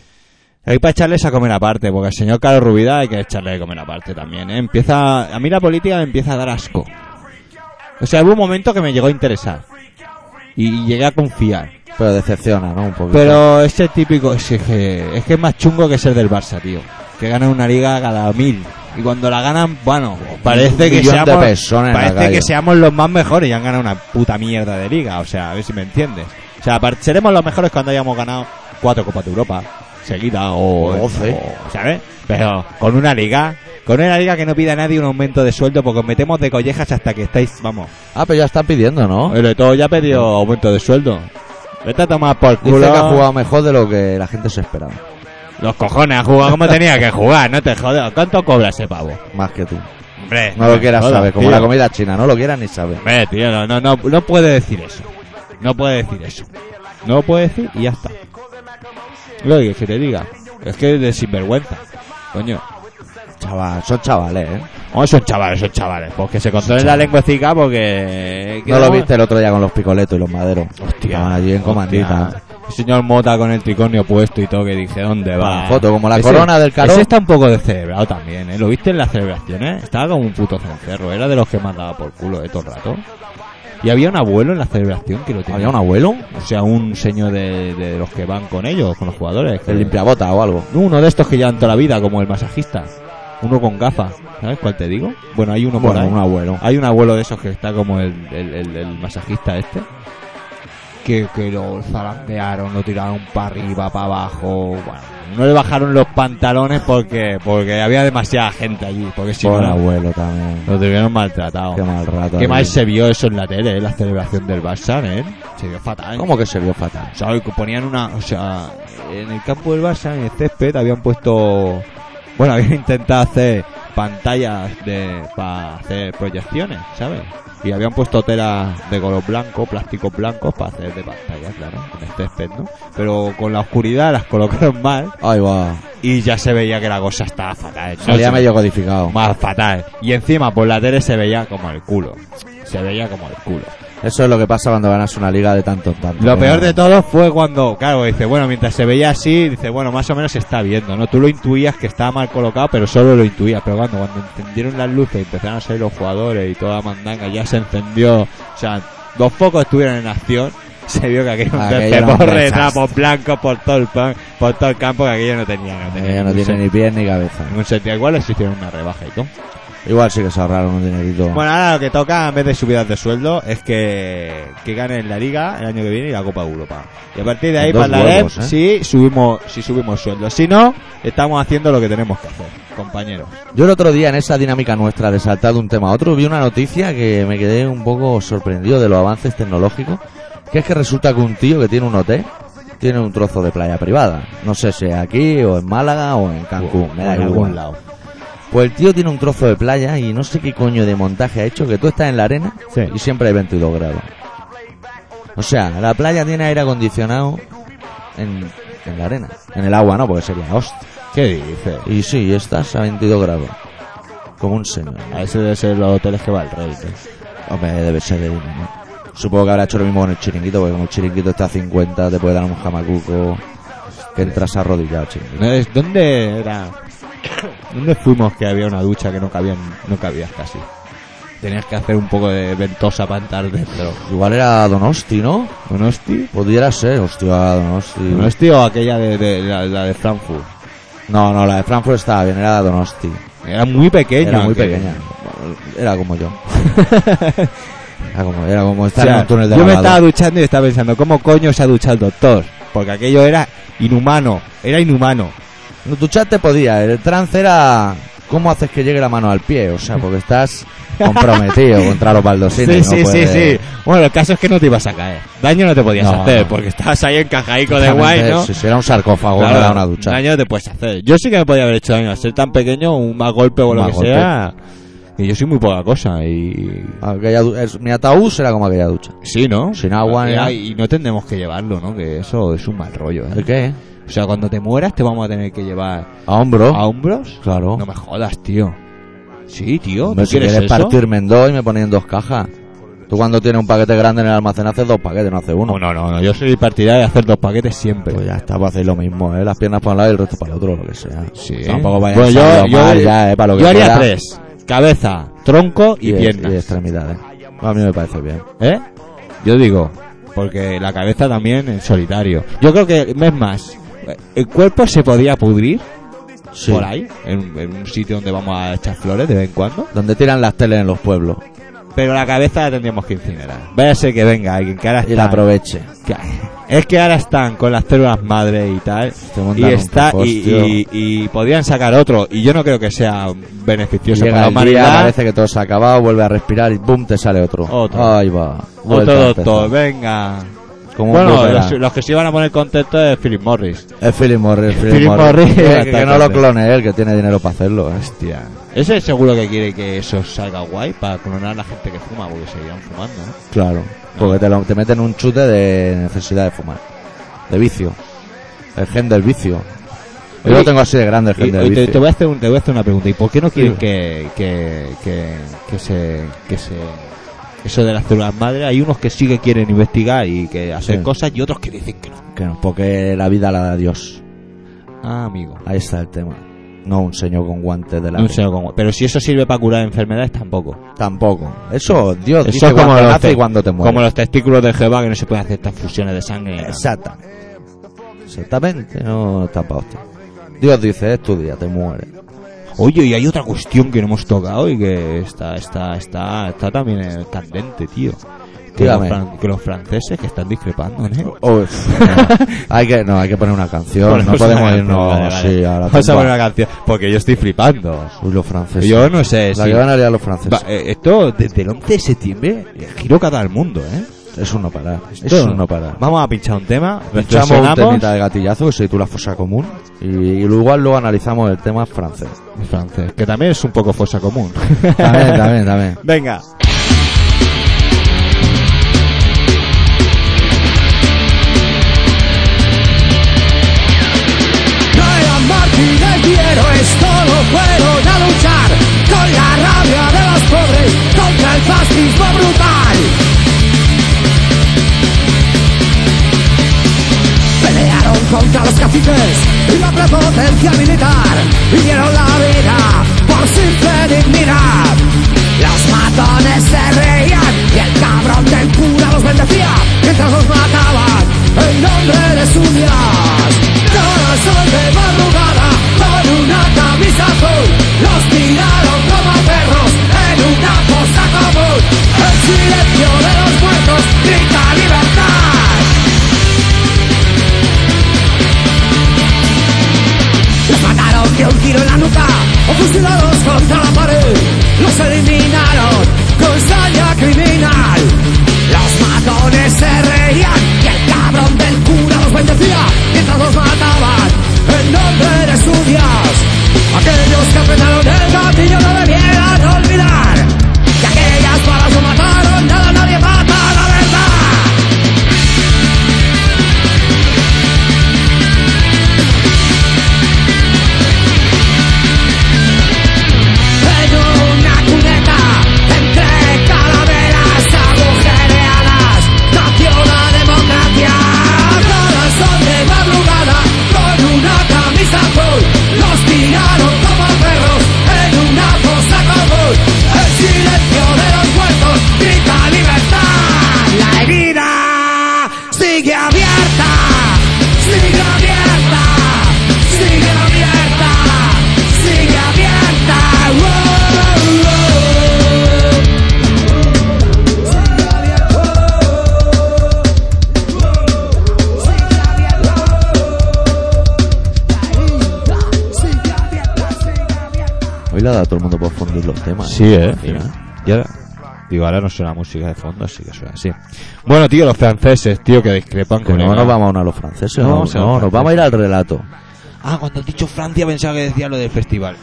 S2: Hay para echarles a comer aparte, porque al señor Carlos Rubida hay que echarle a comer aparte también, ¿eh? Empieza, a mí la política me empieza a dar asco. O sea, hubo un momento que me llegó a interesar. Y llegué a confiar.
S1: Pero decepciona, ¿no? Un poquito.
S2: Pero ese típico, es que, es que es más chungo que ser del Barça, tío. Que ganan una liga cada mil. Y cuando la ganan, bueno, parece
S1: Un
S2: que
S1: millón de
S2: seamos,
S1: personas en la
S2: parece
S1: calle.
S2: que seamos los más mejores y han ganado una puta mierda de liga. O sea, a ver si me entiendes. O sea, par- seremos los mejores cuando hayamos ganado cuatro Copas de Europa seguida o,
S1: Doce.
S2: o- ¿sabes? Pero con una liga, con una liga que no pida a nadie un aumento de sueldo porque os metemos de collejas hasta que estáis, vamos.
S1: Ah, pero ya están pidiendo, ¿no?
S2: El de todo ya ha pedido aumento de sueldo. Vete a tomar por culo.
S1: Dice que ha jugado mejor de lo que la gente se esperaba.
S2: Los cojones, ha jugado como tenía que jugar, no te jodas. ¿Cuánto cobra ese pavo?
S1: Más que tú.
S2: Hombre,
S1: No lo quieras
S2: jodas,
S1: saber, como
S2: tío.
S1: la comida china, no lo quieras ni saber.
S2: Hombre, tío, no, no, no, no puede decir eso. No puede decir eso. No lo puede decir y ya está. Lo que se te diga. Es que es de sinvergüenza. Coño.
S1: Chaval, son chavales, ¿eh?
S2: Oh, son chavales, son chavales. Pues que se controlen la lengua cica porque... eh, que
S1: No lo viste el otro día con los picoletos y los maderos.
S2: Hostia.
S1: Estaban allí en
S2: hostia.
S1: comandita.
S2: El señor Mota con el tricornio puesto y todo que dije, ¿dónde va?
S1: Para la foto, como la corona del carón.
S2: Ese está un poco descerebrado también, ¿eh? ¿Lo viste en las celebraciones? Estaba como un puto cencerro. Era de los que más daba por culo de todo el rato. Y había un abuelo en la celebración que lo tenía.
S1: ¿Había un abuelo?
S2: O sea, un señor de, de los que van con ellos, con los jugadores. que-
S1: El limpiabota o algo.
S2: Uno de estos que llevan toda la vida, como el masajista. Uno con gafas. ¿Sabes cuál te digo? Bueno, hay uno por
S1: Bueno,
S2: ahí.
S1: un abuelo.
S2: Hay un abuelo de esos que está como el, el- el- el masajista este. que, que lo zarandearon, lo tiraron para arriba, para abajo. Bueno, no le bajaron los pantalones porque porque había demasiada gente allí. Porque si
S1: Por
S2: no,
S1: abuelo también.
S2: lo tuvieron maltratado.
S1: Qué mal rato.
S2: Qué
S1: tío.
S2: mal se vio eso en la tele, eh, la celebración del Barça, ¿eh? Se vio fatal.
S1: ¿Cómo que se vio fatal?
S2: O sea, que ponían una... O sea, en el campo del Barça, en el césped, habían puesto... Bueno, habían intentado hacer pantallas de para hacer proyecciones, ¿sabes? Y habían puesto telas de color blanco, plásticos blancos para hacer de pantallas, claro, en el césped, ¿no? Pero con la oscuridad las colocaron mal
S1: Ahí va.
S2: y ya se veía que la cosa estaba fatal. No
S1: Salía
S2: se-
S1: medio codificado.
S2: más fatal. Y encima por la tele se veía como el culo. Se veía como el culo.
S1: Eso es lo que pasa cuando ganas una liga de tanto en tanto.
S2: Lo peor de todo fue cuando, claro, dice, bueno, mientras se veía así, dice, bueno, más o menos se está viendo, ¿no? Tú lo intuías que estaba mal colocado, pero solo lo intuías. Pero cuando, cuando encendieron las luces y empezaron a salir los jugadores y toda la mandanga ya se encendió, o sea, los focos estuvieron en acción, se vio que aquello
S1: Aquello
S2: se
S1: era un
S2: de
S1: desastre.
S2: trapos blancos por todo el pan, por todo el campo, que aquello no tenía, no tenía,
S1: Eh, no
S2: ningún
S1: tiene
S2: sen-
S1: ni pies ni cabeza.
S2: ningún sentido. Igual les hicieron una rebaja y todo.
S1: Igual sí que se ahorraron un dinerito.
S2: Bueno, ahora lo que toca, en vez de subidas de sueldo, es que, que ganen la Liga el año que viene y la Copa Europa. Y a partir de ahí,
S1: Con
S2: para
S1: dos
S2: la
S1: huevos, ¿eh?
S2: DEP, sí, subimos, si subimos sueldo. Si no, estamos haciendo lo que tenemos que hacer, compañeros.
S1: Yo el otro día en esa dinámica nuestra de saltar de un tema a otro vi una noticia que me quedé un poco sorprendido de los avances tecnológicos, que es que resulta que un tío que tiene un hotel tiene un trozo de playa privada, no sé si aquí o en Málaga o en Cancún, me da
S2: en
S1: igual.
S2: algún lado.
S1: Pues el tío tiene un trozo de playa y no sé qué coño de montaje ha hecho que tú estás en la arena
S2: Sí.
S1: y siempre hay 22 grados. O sea, la playa tiene aire acondicionado en, en la arena, en el agua no, porque sería hostia.
S2: ¿Qué dices?
S1: Y sí, estás a 22 grados. Como un señor.
S2: A ese debe ser los hoteles que va el rey. ¿eh?
S1: Hombre, debe ser de dinero. ¿no? Supongo que habrá hecho lo mismo con el chiringuito, porque como el chiringuito está a 50, te puede dar un jamacuco que entras arrodillado, chiringuito.
S2: No es- ¿Dónde era? ¿Dónde fuimos que había una ducha que no cabían, no cabías casi? Tenías que hacer un poco de ventosa para entrar dentro.
S1: Igual era Donosti, ¿no?
S2: ¿Donosti?
S1: Pudiera ser, hostia, Donosti.
S2: ¿Donosti o aquella de, de- la- la de Frankfurt?
S1: No, no, la de Frankfurt estaba bien, era Donosti.
S2: Era muy pequeño.
S1: Era muy
S2: aquel.
S1: pequeña. Era como yo. Era como, era como
S2: O
S1: estar
S2: sea,
S1: en un túnel de
S2: yo me
S1: lavado.
S2: estaba duchando y estaba pensando, ¿cómo coño se ha duchado el doctor? Porque aquello era inhumano, era inhumano.
S1: No, Ducharte podía, el trance era cómo haces que llegue la mano al pie, o sea, porque estás comprometido contra los baldosines. no
S2: sí, sí, sí,
S1: puedes-
S2: sí. Bueno, el caso es que no te ibas a caer. Daño no te podías
S1: No,
S2: hacer,
S1: no.
S2: porque estabas ahí encajadico de guay, ¿no?
S1: Si si era un sarcófago,
S2: Claro,
S1: no era una ducha.
S2: Daño no te puedes hacer. Yo sí que me podía haber hecho daño, al ser tan pequeño, un mal golpe o
S1: Un
S2: lo
S1: mal
S2: que
S1: golpe.
S2: sea. Y yo soy muy poca cosa y...
S1: Aquella du- es- mi ataúd era como aquella ducha.
S2: Sí, ¿no?
S1: Sin agua, ni
S2: Y-
S1: nada.
S2: Y no tendremos que llevarlo, ¿no? Que eso es un mal rollo, ¿eh?
S1: ¿El qué?
S2: O sea, cuando te mueras te vamos a tener que llevar
S1: A hombro.
S2: a hombros.
S1: Claro.
S2: No me jodas, tío. Sí, tío.
S1: Hombre,
S2: ¿Tú
S1: si
S2: quieres
S1: quieres
S2: eso?
S1: partirme en dos y me pones en dos cajas. Tú cuando tienes un paquete grande en el almacén haces dos paquetes, no haces uno.
S2: No, no, no, no, Yo soy partidario de hacer dos paquetes siempre.
S1: Pues ya está, pues hacéis lo mismo, ¿eh? Las piernas para un lado y el resto para el otro, lo que sea.
S2: Sí.
S1: pues Tampoco vayas
S2: Bueno,
S1: a
S2: yo,
S1: hacerlo
S2: yo-
S1: mal ya, ¿eh? Para lo que
S2: yo haría
S1: pueda.
S2: tres. Cabeza, tronco y,
S1: y, es-
S2: piernas.
S1: y extremidades. A mí me parece bien.
S2: ¿Eh? Yo digo. Porque la cabeza también en solitario. Yo creo que, es más, el cuerpo se podía pudrir
S1: Sí.
S2: por ahí, en, en un sitio donde vamos a echar flores de vez en cuando.
S1: Donde tiran las teles en los pueblos.
S2: Pero la cabeza la tendríamos que incinerar. Vaya a ser que venga alguien que ahora
S1: Y la
S2: está-
S1: aproveche.
S2: Que- Es que ahora están con las células madre y tal. Y
S1: montan un
S2: está y,
S1: pifostio.
S2: y- y podían sacar otro. Y yo no creo que sea beneficioso para
S1: Llega
S2: la
S1: el día,
S2: humanidad.
S1: parece que todo se ha acabado, vuelve a respirar y ¡bum! te sale otro.
S2: Otro.
S1: Ahí va. Vuelta
S2: Otro
S1: a
S2: doctor,
S1: empezar.
S2: venga.
S1: Como un
S2: Bueno,
S1: boomerang.
S2: los, los que se iban a poner contentos es Philip Morris.
S1: Es Philip Morris, Philip
S2: Philip
S1: Morris.
S2: Morris.
S1: Eh, que,
S2: Bastante.
S1: no lo clone él, que tiene dinero para hacerlo. eh.
S2: Hostia. Ese seguro que quiere que eso salga guay para clonar a la gente que fuma, porque seguirán fumando. ¿no?
S1: Claro. Porque te, lo- te meten un chute de necesidad de fumar. De vicio. El gen del vicio. Yo
S2: Oye,
S1: lo tengo así de grande, el
S2: Y-
S1: gen del
S2: y
S1: vicio.
S2: te, te voy a hacer un- te voy a hacer una pregunta. ¿Y por qué no quieren
S1: Sí.
S2: que, que, que, que se... Que se eso de las células madre, hay unos que sí que quieren investigar y que hacer
S1: Sí.
S2: cosas y otros que dicen que no.
S1: Que no, porque la vida la da Dios.
S2: Ah, amigo.
S1: Ahí está el tema. No un señor con guantes de la
S2: No sé cómo. Pero si eso sirve para curar enfermedades, tampoco.
S1: Tampoco. Eso, Dios
S2: Eso
S1: dice
S2: es como
S1: cuando
S2: los
S1: nace
S2: te-
S1: y cuando te muere.
S2: Como los testículos de Jehová que no se pueden hacer estas fusiones de sangre. ni nada.
S1: Exactamente. Exactamente, no está pa' hostia. Dios dice, es tu día, te mueres.
S2: Oye, y hay otra cuestión que no hemos tocado y que está, está, está, está también eh, candente, tío. que los,
S1: Dígame.
S2: fran- que los franceses que están discrepando, ¿eh?
S1: Uy, hay que, no, hay que poner una canción. no
S2: Ponemos
S1: podemos
S2: una
S1: irnos
S2: canción, pues vale, vale.
S1: así a la
S2: Vamos a
S1: tumba.
S2: poner una canción, porque yo estoy flipando.
S1: Uy, los franceses.
S2: Yo no sé
S1: La
S2: si-
S1: que van a liar los franceses.
S2: Va, eh, esto desde el 11 de septiembre, eh, giro cada el mundo, ¿eh?
S1: Es un no parar. Es
S2: Esto-
S1: un no parar.
S2: Vamos a pinchar un tema,
S1: Echamos un
S2: reflexionamos.
S1: temita de gatillazo que se titula Fosa Común. Y, y luego, luego analizamos el tema francés.
S2: En francés, que también es un poco fosa común.
S1: También, también, también.
S2: Venga.
S4: No era Martín el dinero, esto lo fueron a luchar Con la rabia de los pobres contra el fascismo brutal Pelearon contra los caciques y la prepotencia militar Y dieron la vida por simple dignidad Los matones se reían y el cabrón del cura los bendecía Mientras los mataban en nombre de su Dios Corazón de madrugada con una camisa azul Los tiraron como perros en una fosa común El silencio de los muertos grita libertad Los mataron de un tiro en la nuca o fusilados contra la pared. Los eliminaron con saña criminal. Los matones se reían y el cabrón del cura los bendecía mientras los mataban en nombre de su Dios. Aquellos que apretaron el gatillo no debieran olvidar que aquellas balas no mataron nada, nadie mata la verdad. En una cuneta, entre calaveras agujereadas, nació la democracia. Corazón de madrugada, con una camisa azul, los tiraron como perros en una fosa común. El silencio de los muertos grita libertad. La herida sigue abierta, sigue abierta, sigue abierta, sigue abierta. Wow, wow.
S1: Hoy le ha dado a todo el mundo por fundir los temas.
S2: Sí, eh.
S1: Mira.
S2: Ya. Digo, ahora no suena música de fondo, así que suena así. Bueno, tío, los franceses, tío, que discrepan
S1: Que
S2: con
S1: no nos vamos a unar a los franceses.
S2: No,
S1: No,
S2: vamos a
S1: no,
S2: los
S1: nos vamos a ir al relato.
S2: Ah, cuando has dicho Francia pensaba que decía lo del festival.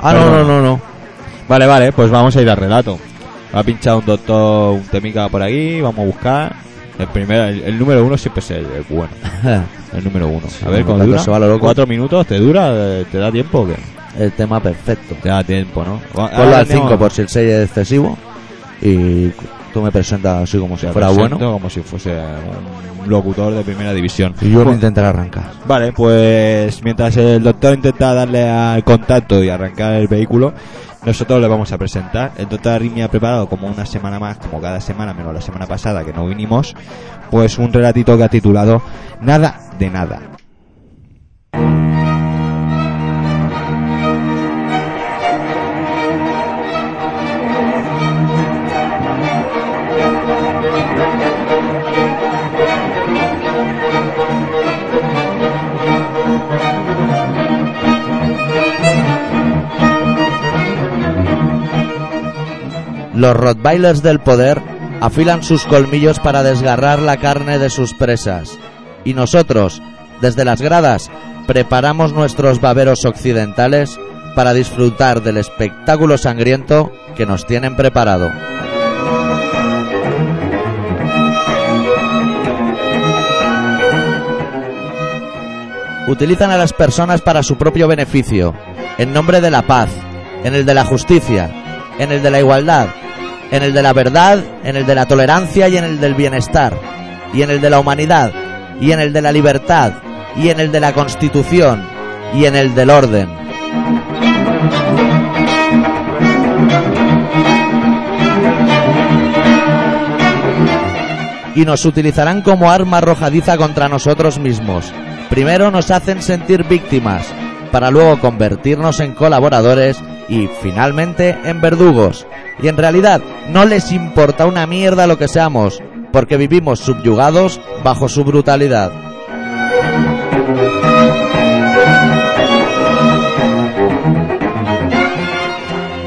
S1: Ah, no, no,
S2: Perdón.
S1: no, no.
S2: Vale, vale, pues vamos a ir al relato. Va a pinchar un doctor, un temica por aquí, vamos a buscar. El primero, el, el número uno siempre es el, el bueno, el número uno. a ver,
S1: un
S2: ¿cómo
S1: rato
S2: dura?
S1: se va lo loco.
S2: ¿Cuatro minutos? ¿Te dura? Eh, ¿Te da tiempo o qué?
S1: El tema perfecto.
S2: Te da tiempo, Ah, ¿no? Va-
S1: Ponlo
S2: ahora
S1: al
S2: tenemos-
S1: 5 por si el 6 es excesivo. Y tú me presentas así como si
S2: Te
S1: fuera
S2: presento
S1: bueno.
S2: Como si fuese un locutor de primera división.
S1: Y yo
S2: Bu-
S1: no intentaré arrancar.
S2: Vale, pues mientras el doctor intenta darle al contacto y arrancar el vehículo, nosotros le vamos a presentar. El doctor Arimi ha preparado como una semana más, como cada semana, menos la semana pasada que no vinimos, pues un relatito que ha titulado Nada de nada.
S1: Los Rottweilers del poder afilan sus colmillos para desgarrar la carne de sus presas. Y nosotros, desde las gradas, preparamos nuestros baberos occidentales para disfrutar del espectáculo sangriento que nos tienen preparado. Utilizan a las personas para su propio beneficio, en nombre de la paz, en el de la justicia, en el de la igualdad, en el de la verdad, en el de la tolerancia y en el del bienestar, y en el de la humanidad, y en el de la libertad, y en el de la constitución, y en el del orden. y nos utilizarán como arma arrojadiza contra nosotros mismos. Primero nos hacen sentir víctimas, para luego convertirnos en colaboradores y finalmente en verdugos. Y en realidad no les importa una mierda lo que seamos, porque vivimos subyugados bajo su brutalidad.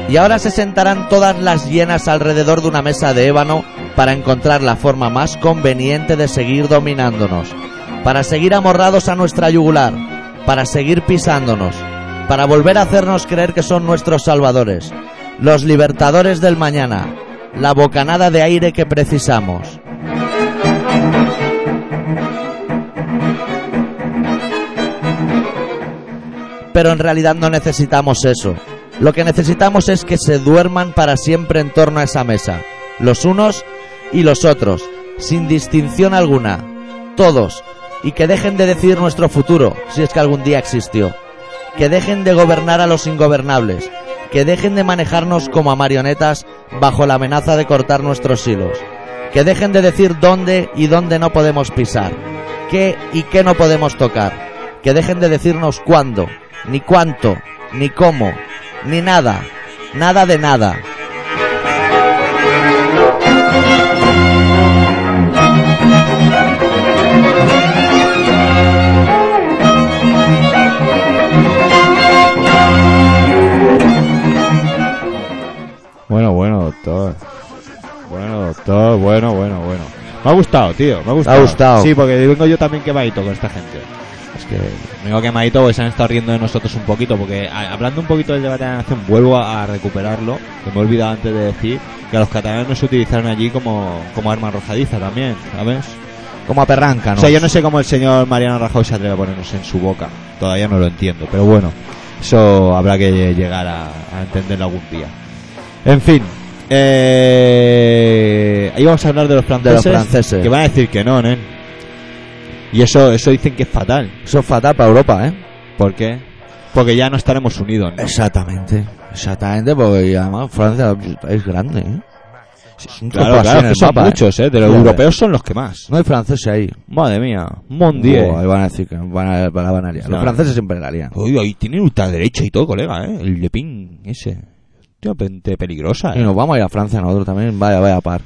S1: Y ahora se sentarán todas las hienas alrededor de una mesa de ébano para encontrar la forma más conveniente de seguir dominándonos, para seguir amorrados a nuestra yugular, para seguir pisándonos, para volver a hacernos creer que son nuestros salvadores, los libertadores del mañana, la bocanada de aire que precisamos. Pero en realidad no necesitamos eso. Lo que necesitamos es que se duerman para siempre en torno a esa mesa, los unos y los otros, sin distinción alguna, todos, y que dejen de decir nuestro futuro, si es que algún día existió, que dejen de gobernar a los ingobernables, que dejen de manejarnos como a marionetas bajo la amenaza de cortar nuestros hilos, que dejen de decir dónde y dónde no podemos pisar, qué y qué no podemos tocar, que dejen de decirnos cuándo, ni cuánto, ni cómo, ni nada, nada de nada.
S2: Bueno, bueno, doctor. Bueno, doctor, bueno, bueno, bueno. Me ha gustado, tío, me ha gustado.
S1: gustado.
S2: Sí, porque vengo yo también quemadito con esta gente. Es que vengo quemadito porque se han estado riendo de nosotros un poquito, porque a- hablando un poquito del debate de la nación, vuelvo a, a recuperarlo, que me he olvidado antes de decir, que a los catalanes nos utilizaron allí como, como arma arrojadiza también, ¿sabes?
S1: Como a perranca,
S2: O sea, yo no sé cómo el señor Mariano Rajoy se atreve a ponernos en su boca. Todavía no lo entiendo, pero bueno, eso habrá que llegar a, a entenderlo algún día. En fin, eh, ahí vamos a hablar de los franceses,
S1: franceses.
S2: que van a decir que no, ¿eh? Y eso, eso dicen que es fatal.
S1: Eso es fatal para Europa, ¿eh?
S2: ¿Por qué? Porque ya no estaremos unidos. ¿no?
S1: Exactamente, exactamente, porque además Francia es grande, ¿eh? Es un
S2: Claro,
S1: trozo así
S2: claro,
S1: en
S2: que
S1: el
S2: son
S1: mapa, ¿eh?
S2: muchos, ¿eh? De los
S1: Ya
S2: europeos son los que más.
S1: No hay franceses ahí.
S2: Madre mía, mon diez.
S1: Buah, ahí van a decir que van a, van a- van a liar. Los
S2: No.
S1: franceses siempre la lían.
S2: Uy, ahí tiene ultraderecha y todo, colega, ¿eh? El de Pin ese. Tío, gente peligrosa,
S1: Y
S2: ¿eh?
S1: nos vamos a ir a Francia nosotros también. Vaya, vaya par.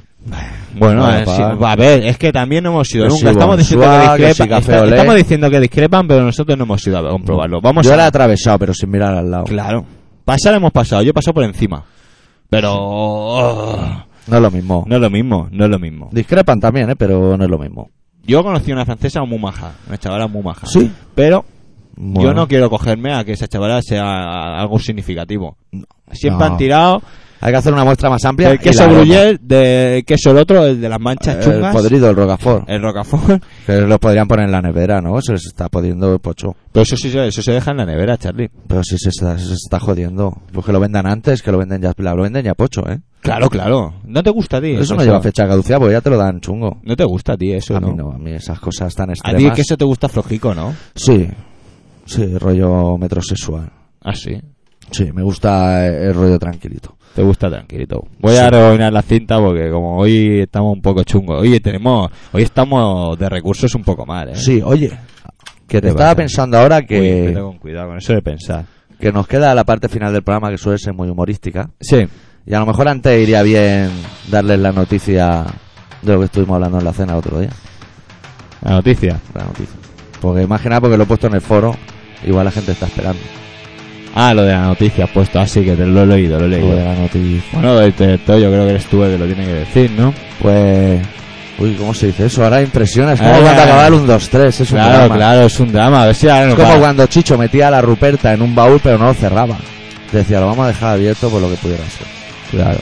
S2: Bueno,
S1: Vale,
S2: eh,
S1: pa.
S2: sí, a ver, es que también no hemos sido
S1: Que
S2: nunca.
S1: si
S2: estamos, diciendo que
S1: Bonsoir, que
S2: discrepan,
S1: si café
S2: esta-
S1: olé.
S2: estamos diciendo que discrepan, pero nosotros no hemos ido a comprobarlo. Vamos
S1: Yo
S2: a...
S1: la he atravesado, pero sin mirar al lado.
S2: Claro. Pasar hemos pasado, yo he pasado por encima. Pero... oh,
S1: No es lo mismo.
S2: no es lo mismo, no es lo mismo.
S1: Discrepan también, ¿eh? pero no es lo mismo.
S2: Yo conocí una francesa muy maja, una chavala muy maja.
S1: Sí.
S2: Pero
S1: Bueno.
S2: yo no quiero cogerme a que esa chavala sea algo significativo. Siempre
S1: No.
S2: han tirado
S1: Hay que hacer una muestra más amplia.
S2: el
S1: y
S2: queso
S1: la Eh, broma.
S2: gruyer, del queso el otro, el de las manchas
S1: El
S2: chungas,
S1: podrido, el rocafort.
S2: el rocafort.
S1: Que los podrían poner en la nevera, ¿no? Se les está podiendo pocho.
S2: Pero eso, sí se- eso se deja en la nevera, Charlie.
S1: Pero si se está, se está jodiendo. Pues que lo vendan antes, que lo venden ya, lo venden ya pocho, ¿eh?
S2: Claro, claro. No te gusta a ti.
S1: Eso no
S2: O
S1: lleva
S2: sea,
S1: fecha de caducidad porque ya te lo dan chungo.
S2: No te gusta a ti eso,
S1: a
S2: ¿no?
S1: mí no, a mí esas cosas tan
S2: A ti es
S1: extremas.
S2: que eso te gusta flojico, ¿no?
S1: Sí, sí, rollo metrosexual.
S2: Ah, sí.
S1: Sí, me gusta eh, el rollo tranquilito.
S2: Te gusta tranquilito. Voy
S1: Sí.
S2: a rebobinar la cinta porque como hoy estamos un poco chungos. Oye, tenemos... Hoy estamos de recursos un poco mal, ¿eh?
S1: Sí, oye, que te
S2: ¿Qué
S1: estaba
S2: pasa?
S1: pensando ahora
S2: Uy, vete
S1: que,
S2: con cuidado con eso de pensar.
S1: que nos queda la parte final del programa que suele ser muy humorística.
S2: Sí.
S1: Y a lo mejor antes iría bien darles la noticia de lo que estuvimos hablando en la cena el otro día.
S2: La noticia.
S1: La noticia. Porque más que nada porque lo he puesto en el foro, igual la gente está esperando.
S2: Ah, lo de la noticia has puesto así que te lo he leído, lo he
S1: Lo de
S2: leído.
S1: la noticia.
S2: Bueno, del director yo creo que eres tú el que lo tiene que decir, ¿no?
S1: Pues... Uy, ¿cómo se dice eso? Ahora impresiona. Es como
S2: Ah,
S1: cuando
S2: claro.
S1: acababa el 1-2-3. Es un
S2: Claro,
S1: drama.
S2: claro, es un drama. A ver si ahora
S1: Es
S2: nos
S1: como
S2: va-
S1: cuando Chicho metía la Ruperta en un baúl pero no lo cerraba. Decía, lo vamos a dejar abierto por lo que pudiera ser.
S2: Claro.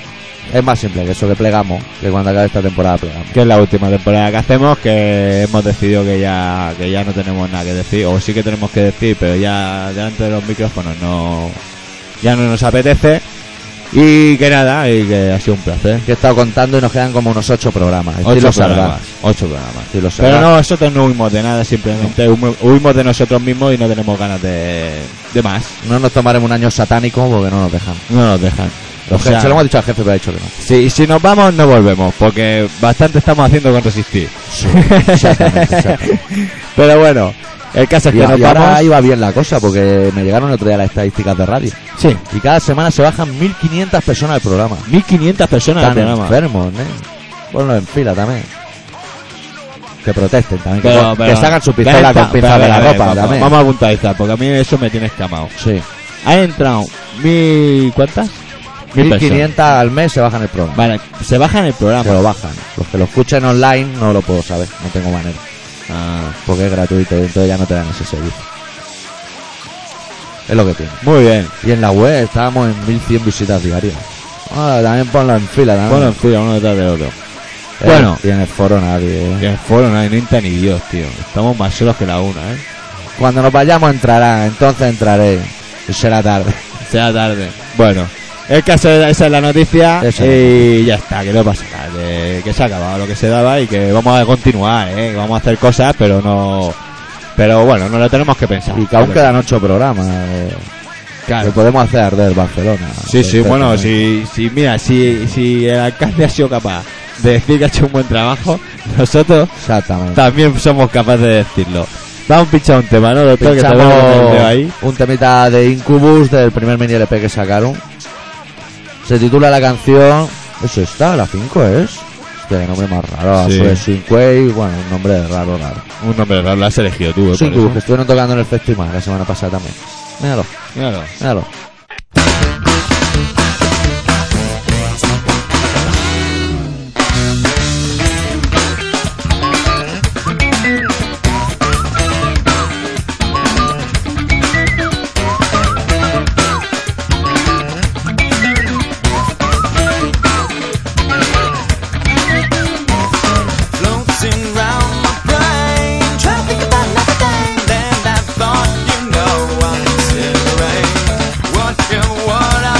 S1: Es más simple que eso, que plegamos, que cuando acabe esta temporada plegamos.
S2: que es la última temporada que hacemos, que hemos decidido que ya, que ya no tenemos nada que decir, o sí que tenemos que decir, pero ya delante de los micrófonos no, ya no nos apetece. Y que nada, y que ha sido un placer.
S1: Que he estado contando y nos quedan como unos ocho programas. Estoy lo salvado.
S2: programas, ocho programas.
S1: Estoy lo
S2: Pero
S1: salvado.
S2: no, nosotros no huimos de nada, simplemente humo- huimos de nosotros mismos y no tenemos ganas de, de más.
S1: no nos tomaremos un año satánico porque no nos dejan.
S2: No nos dejan. O
S1: Los jefes-
S2: sea,
S1: se lo hemos dicho al jefe, pero ha dicho que no.
S2: si, si nos vamos, no volvemos, porque bastante estamos haciendo con resistir.
S1: Exactamente, exactamente.
S2: Pero bueno, El caso es
S1: Y,
S2: que nos
S1: y ahora
S2: vamos.
S1: iba bien la cosa porque me llegaron el otro día las estadísticas de radio.
S2: Sí,
S1: Y cada semana se bajan 1.500 personas al programa.
S2: 1500 personas al
S1: Están
S2: Ah, programa.
S1: enfermos, ¿eh? Ponlos en fila también. Que protesten también. que
S2: Pero-
S1: pon- que,
S2: pero-
S1: sacan su pistola
S2: Ven, pa-
S1: con pinzas
S2: pero,
S1: de la
S2: a ver,
S1: ropa
S2: vamos-
S1: también.
S2: Vamos a puntualizar, porque a mí eso me tiene escamado.
S1: sí.
S2: Han entrado mil... ¿Cuántas? Mil
S1: 1.500 al mes se bajan el programa.
S2: Vale, se bajan el programa.
S1: Se lo bajan. Los que lo escuchen online no lo puedo saber. No tengo manera.
S2: Ah,
S1: Porque es gratuito y entonces ya no te dan ese servicio. Es lo que tiene.
S2: muy bien.
S1: Y en la web estábamos en 1100 visitas diarias. Ah, también ponlo en fila también.
S2: Bueno, en fila, uno detrás del otro.
S1: Eh,
S2: bueno.
S1: Y en el foro nadie. ¿eh?
S2: Que fueron, no entra ni Dios, tío. Estamos más solos que la una, ¿eh?
S1: Cuando nos vayamos entrará, entonces entraré. Y será tarde.
S2: Sea tarde. Bueno, el caso es, esa es la noticia.
S1: Esa
S2: y ya está, que no pasa nada. Que, que se ha acabado lo que se daba y que vamos a continuar, ¿eh? Que vamos a hacer cosas, pero no. Pero bueno, no lo tenemos que pensar.
S1: Y que aún quedan ocho programas. eh, Que
S2: Claro.
S1: podemos hacer arder Barcelona.
S2: Sí, sí, bueno,
S1: Perfectamente.
S2: si, si, mira, si, si el alcalde ha sido capaz de decir que ha hecho un buen trabajo, nosotros
S1: Exactamente.
S2: también somos capaces de decirlo. Vamos a pinchar un tema, ¿no? Lo tengo que te
S1: Pinchamos
S2: veo el dedo ahí.
S1: un temita de Incubus del primer mini LP que sacaron. Se titula la canción. Eso está, la 5 es. Este nombre más raro.
S2: Sí.
S1: Sobre Sinquay, bueno, un nombre raro, raro.
S2: Un nombre raro, lo has elegido tú, ¿eh?
S1: Los
S2: Por
S1: Incubus,
S2: eso.
S1: que estuvieron tocando en el festival la semana pasada también. Míralo,
S2: Míralo.
S1: míralo.
S5: Floating round my brain, trying to think about another thing. Then I thought, you know, I'm still right. What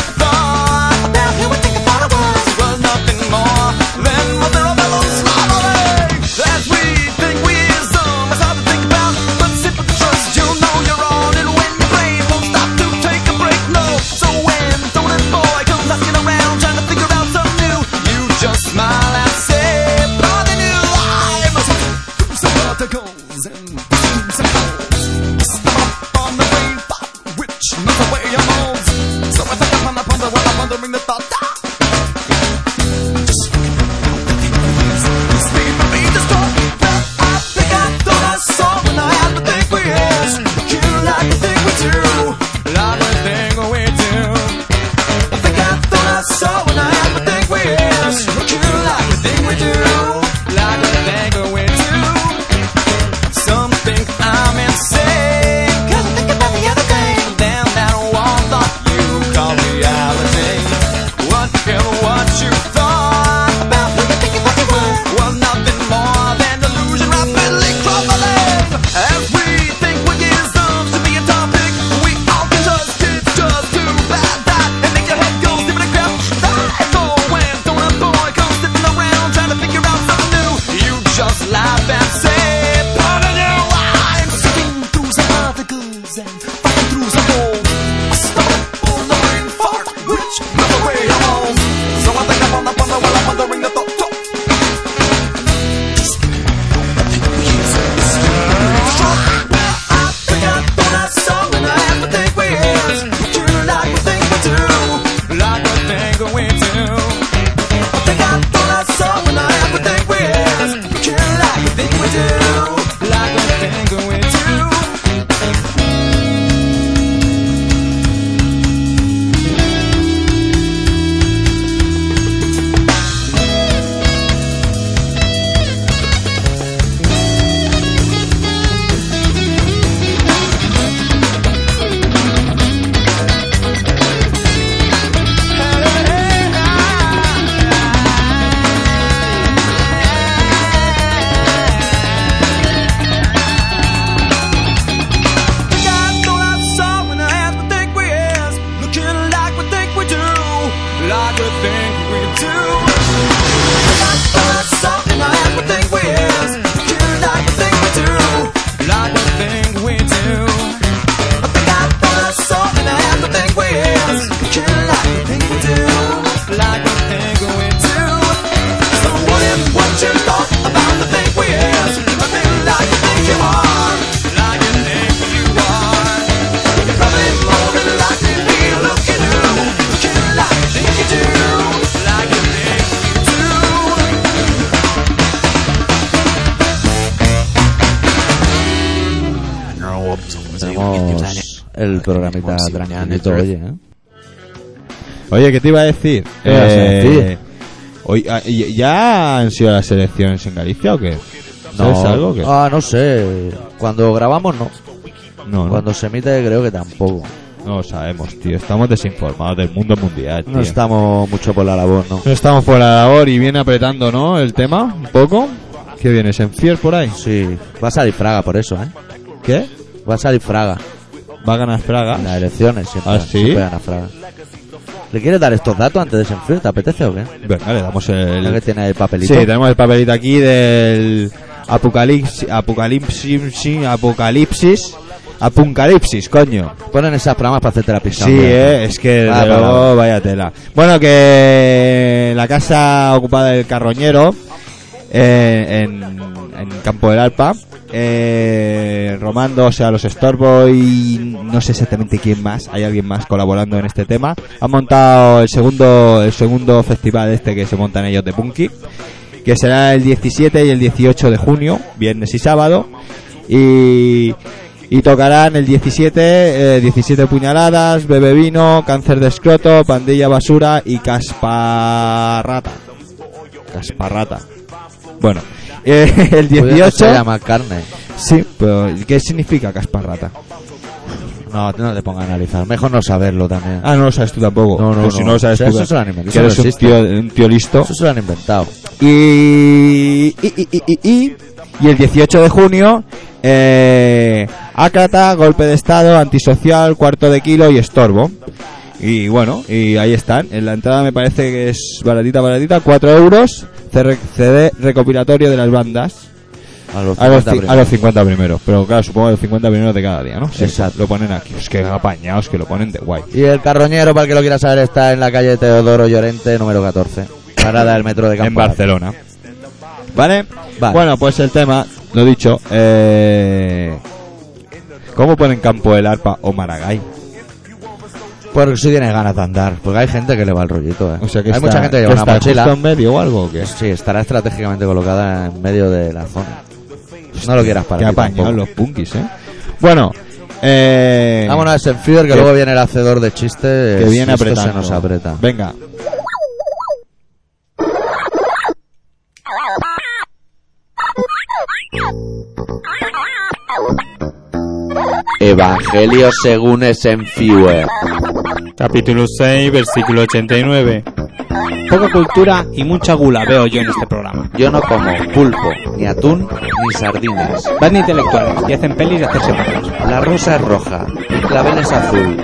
S1: Tenemos el programita tranquilito, oye, ¿eh?
S2: Oye, ¿qué te iba a decir? Eh,
S1: ¿Qué ibas a decir?
S2: hoy- ah, ¿y- ¿Ya han sido las elecciones en Galicia o qué? ¿Sabes algo? o qué?
S1: Ah, no sé. Cuando grabamos, no.
S2: no, no,
S1: Cuando se emite, creo que tampoco.
S2: no lo sabemos, tío. Estamos desinformados del mundo mundial, tío.
S1: No estamos mucho por la labor, ¿no?
S2: No estamos fuera de labor y viene apretando, ¿no? El tema, un poco. ¿Qué vienes? ¿En Fier por ahí?
S1: Sí. Va a salir Fraga por eso, ¿eh?
S2: ¿Qué?
S1: Va a salir Fraga
S2: ¿Va a ganar
S1: en
S2: Fraga?
S1: las elecciones. Siempre,
S2: ¿Ah, sí?
S1: siempre gana Fraga. ¿Le quieres dar estos datos antes de desenfriar? ¿Te apetece o qué?
S2: Venga, le damos
S1: Ya que
S2: el...
S1: tiene el papelito.
S2: Sí, tenemos el papelito aquí del... Apocalipsis... Apocalipsis... sí, Apocalipsis... Apocalipsis, coño.
S1: Ponen esas programas para hacerte la pista.
S2: Sí, eh, es que desde
S1: Ah,
S2: luego,
S1: vale.
S2: vaya tela. Bueno, que la casa ocupada del carroñero eh, en, en Campo del Alpa, eh, Romando, o sea, los Estorbo y no sé exactamente quién más, hay alguien más colaborando en este tema. Han montado el segundo, el segundo festival este que se montan ellos de Punky, que será el 17 y el 18 de junio, viernes y sábado. Y y tocarán el 17, eh, 17 puñaladas, bebe vino, cáncer de escroto, pandilla basura y casparrata. Casparrata. Bueno, eh, el
S1: Pues Se
S2: 18.
S1: llama carne.
S2: Sí, pero ¿qué significa casparrata?
S1: No, no te pongas a analizar. Mejor no saberlo también.
S2: Ah, no lo sabes tú tampoco.
S1: No, no,
S2: Pues si
S1: no.
S2: no lo sabes
S1: O sea,
S2: tú,
S1: eso es un anime, que
S2: que
S1: eso no
S2: eres un
S1: existe.
S2: tío, un tío listo.
S1: Eso se lo han inventado.
S2: Y, y, y, y, y, y- y el 18 de junio, eh, Ácrata, golpe de estado, antisocial, cuarto de kilo y estorbo. Y bueno, y ahí están. En la entrada me parece que es baratita, baratita, 4 euros. CR CD recopilatorio de las bandas.
S1: A los
S2: A los,
S1: 50
S2: ci- a los 50 primeros. Pero claro, supongo que los 50 primeros de cada día, ¿no? Sí,
S1: Exacto.
S2: Lo ponen aquí. Es que apañados que lo ponen de guay.
S1: Y el carroñero, para el que lo quiera saber, está en la calle Teodoro Llorente, número 14. Parada del metro de Campo.
S2: en Barcelona. ¿Vale?
S1: Vale.
S2: Bueno, pues el tema, lo dicho, eh, ¿cómo ponen campo el arpa o Maragall?
S1: Porque si tienes ganas de andar. Porque hay gente que le va el rollito, ¿eh?
S2: O sea que
S1: hay
S2: está-
S1: mucha gente que
S2: que
S1: lleva una
S2: está justo
S1: mochila.
S2: en medio o algo o qué?
S1: Sí, estará estratégicamente colocada en medio de la zona. No lo quieras
S2: Que
S1: para ti
S2: apañados
S1: tampoco.
S2: los punkis, ¿eh? Bueno, eh,
S1: Vámonos a Senfier, que
S2: que-
S1: luego viene el hacedor de chistes.
S2: que viene
S1: y esto
S2: apretando.
S1: se nos aprieta.
S2: Venga.
S6: Evangelio según Esenfiewer.
S7: Capítulo 6, versículo 89. Poca cultura y mucha gula veo yo en este programa.
S6: Yo no como pulpo, ni atún, ni sardinas.
S7: Van de intelectuales y hacen pelis de hacerse malos.
S6: La rosa es roja, el clavel es azul.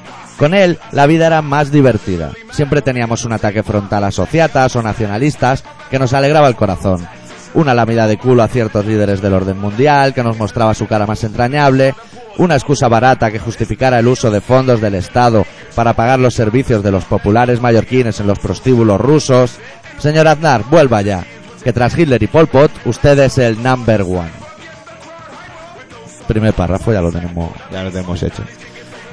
S1: Con él, la vida era más divertida. Siempre teníamos un ataque frontal a sociatas o nacionalistas que nos alegraba el corazón. Una lámina de culo a ciertos líderes del orden mundial que nos mostraba su cara más entrañable. Una excusa barata que justificara el uso de fondos del Estado para pagar los servicios de los populares mallorquines en los prostíbulos rusos. Señor Aznar, vuelva ya. Que tras Hitler y Pol Pot, usted es el number one. Primer párrafo ya lo tenemos
S2: Ya lo tenemos hecho.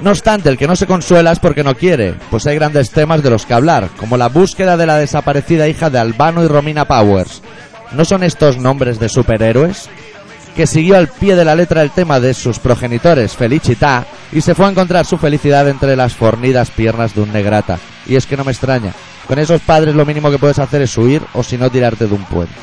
S1: no obstante, el que no se consuela es porque no quiere, pues hay grandes temas de los que hablar, como la búsqueda de la desaparecida hija de Albano y Romina Powers. ¿No son estos nombres de superhéroes? Que siguió al pie de la letra el tema de sus progenitores, Felicità, y se fue a encontrar su felicidad entre las fornidas piernas de un negrata. Y es que no me extraña, con esos padres lo mínimo que puedes hacer es huir o si no tirarte de un puente.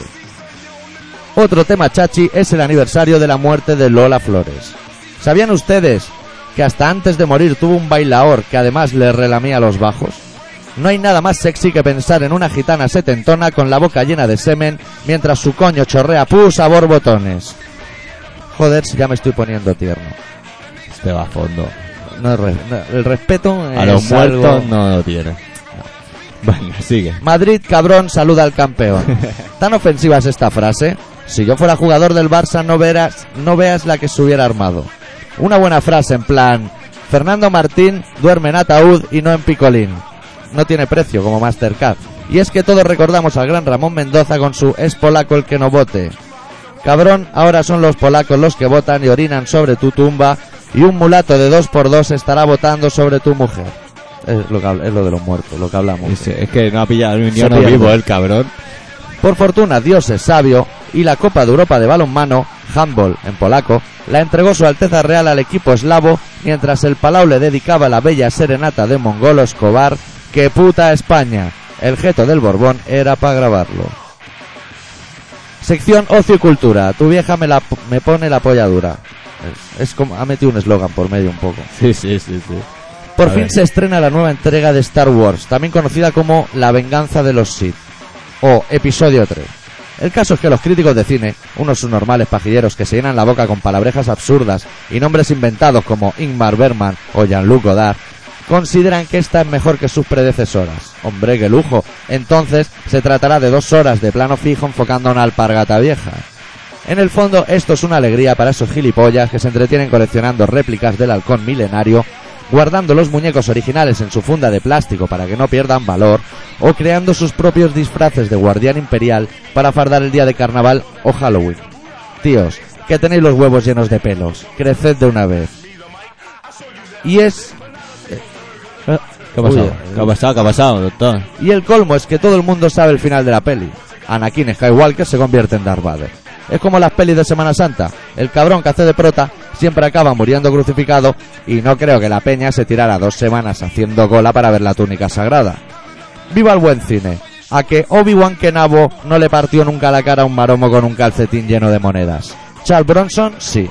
S1: Otro tema chachi es el aniversario de la muerte de Lola Flores. ¿Sabían ustedes que hasta antes de morir tuvo un bailaor que además le relamía los bajos? No hay nada más sexy que pensar en una gitana setentona con la boca llena de semen mientras su coño chorrea pus a borbotones. Joder, si ya me estoy poniendo tierno.
S2: Este va a fondo.
S1: No, es re- no, el respeto
S2: A
S1: es
S2: los
S1: algo-
S2: muertos no lo tiene. Venga, sigue.
S1: Madrid, cabrón, saluda al campeón. Tan ofensiva es esta frase. Si yo fuera jugador del Barça, no, verás, no veas la que se hubiera armado. Una buena frase en plan, Fernando Martín duerme en ataúd y no en picolín. No tiene precio como Mastercard. Y es que todos recordamos al gran Ramón Mendoza con su es polaco el que no vote. Cabrón, ahora son los polacos los que votan y orinan sobre tu tumba y un mulato de dos por dos estará votando sobre tu mujer. Es lo, que habla- es lo de los muertos, lo que hablamos.
S2: Es, es que no ha pillado ni
S1: Se
S2: uno
S1: pierde.
S2: vivo el cabrón.
S1: Por fortuna, Dios es sabio y la Copa de Europa de balonmano, handball en polaco, la entregó Su Alteza Real al equipo eslavo, mientras el Palau le dedicaba la bella serenata de Mongolo Escobar, que puta España. El geto del Borbón era para grabarlo. Sección Ocio y Cultura. Tu vieja me, la, p- me pone la polla dura. Es, es como, ha metido un eslogan por medio un poco.
S2: Sí, sí, sí, sí.
S1: Por
S2: A
S1: fin
S2: ver.
S1: se estrena la nueva entrega de Star Wars, también conocida como La venganza de los Sith o Episodio 3. El caso es que los críticos de cine, unos subnormales pajilleros que se llenan la boca con palabrejas absurdas y nombres inventados como Ingmar Bergman o Jean-Luc Godard, consideran que esta es mejor que sus predecesoras. Hombre, qué lujo. Entonces se tratará de dos horas de plano fijo enfocando a una alpargata vieja. En el fondo, esto es una alegría para esos gilipollas que se entretienen coleccionando réplicas del halcón milenario, guardando los muñecos originales en su funda de plástico para que no pierdan valor, o creando sus propios disfraces de guardián imperial para fardar el día de carnaval o Halloween. Tíos, que tenéis los huevos llenos de pelos, creced de una vez. Y es
S2: ¿Qué ha pasado?
S1: Uy,
S2: ¿Qué ha pasado? ¿Qué ha pasado, doctor?
S1: Y el colmo es que todo el mundo sabe el final de la peli. Anakin Skywalker se convierte en Darth Vader. Es como las pelis de Semana Santa. El cabrón que hace de prota siempre acaba muriendo crucificado y no creo que la peña se tirara dos semanas haciendo cola para ver la túnica sagrada. ¡Viva el buen cine! A que Obi-Wan Kenabo no le partió nunca la cara a un maromo con un calcetín lleno de monedas. Charles Bronson, sí.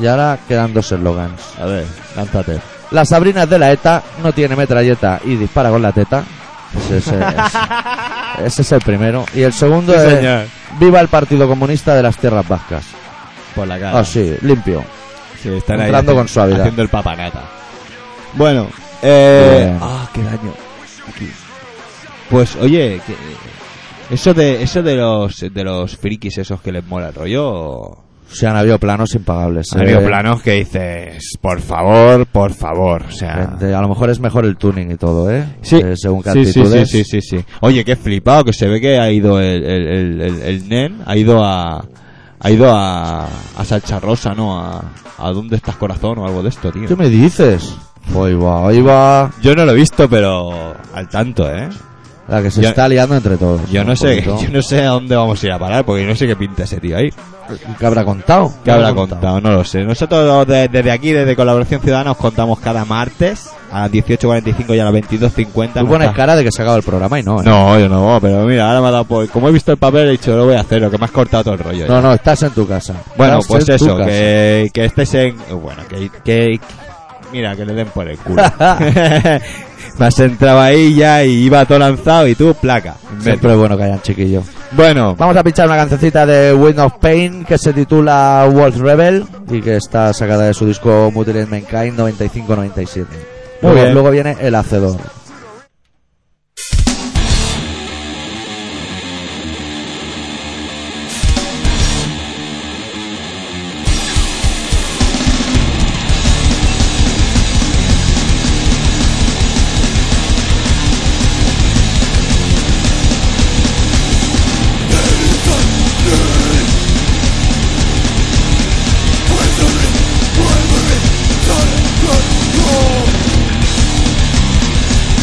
S1: Y ahora quedan dos eslogans.
S2: A ver, lánzate.
S1: Las Sabrinas de la ETA no tiene metralleta y dispara con la teta. Ese, es, eh, ese es el primero. Y el segundo es
S7: señor.
S1: Viva el Partido Comunista de las Tierras Vascas.
S2: Por la cara.
S1: Ah, sí, limpio.
S2: Sí, están ahí
S1: Entrando con
S2: haciendo-
S1: suavidad.
S2: Haciendo el papanata. Bueno, eh.
S1: Bien.
S2: Ah, qué daño. Aquí. Pues oye, que- eso de eso de los de los frikis esos que les mola el rollo.
S1: Se han habido planos impagables.
S2: Ha
S1: eh.
S2: habido planos que dices, por favor, por favor, o sea.
S1: Gente, a lo mejor es mejor el tuning y todo, ¿eh?
S2: Sí,
S1: Eh, según qué
S2: sí, sí, sí,
S1: actitudes.
S2: sí, sí, sí. Oye, qué flipado que se ve que ha ido el, el, el, el- el nen, ha ido a ha ido a a Salcha Rosa, ¿no? A, a dónde estás corazón o algo de esto, tío.
S1: ¿Qué me dices? Hoy va, hoy va.
S2: Yo no lo he visto, pero al tanto, ¿eh?
S1: La que se
S2: Yo-
S1: está liando entre todos.
S2: Yo no
S1: Un
S2: sé,
S1: poquito.
S2: yo no sé a dónde vamos a ir a parar, porque no sé qué pinta ese tío ahí.
S1: ¿Qué habrá contado?
S2: ¿Qué habrá contado? No lo sé. Nosotros de- desde aquí, desde Colaboración Ciudadana, os contamos cada martes a las 18.45 y a las 22.50.
S1: Tú pones
S2: nuestra-
S1: cara de que se acaba el programa y no, ¿eh?
S2: No, yo no, pero mira, ahora me ha dado por... Como he visto el papel, he dicho, lo voy a hacer, lo que me has cortado todo el rollo. ya.
S1: No, no, estás en tu casa.
S2: bueno,
S1: Estás
S2: pues
S1: en tu
S2: eso,
S1: casa.
S2: que, que estés en... Bueno, que, que- Mira, que le den por el culo. me has entrado ahí ya y iba todo lanzado y tú, placa.
S1: Siempre es bueno que hayan chiquillos.
S2: Bueno,
S1: Vamos a pinchar una cancioncita de Wind of Pain que se titula Wolf Rebel y que está sacada de su disco Mutilated Mankind 95-97.
S2: Muy
S1: Luego,
S2: bien.
S1: luego viene El Hacedor.
S3: Yo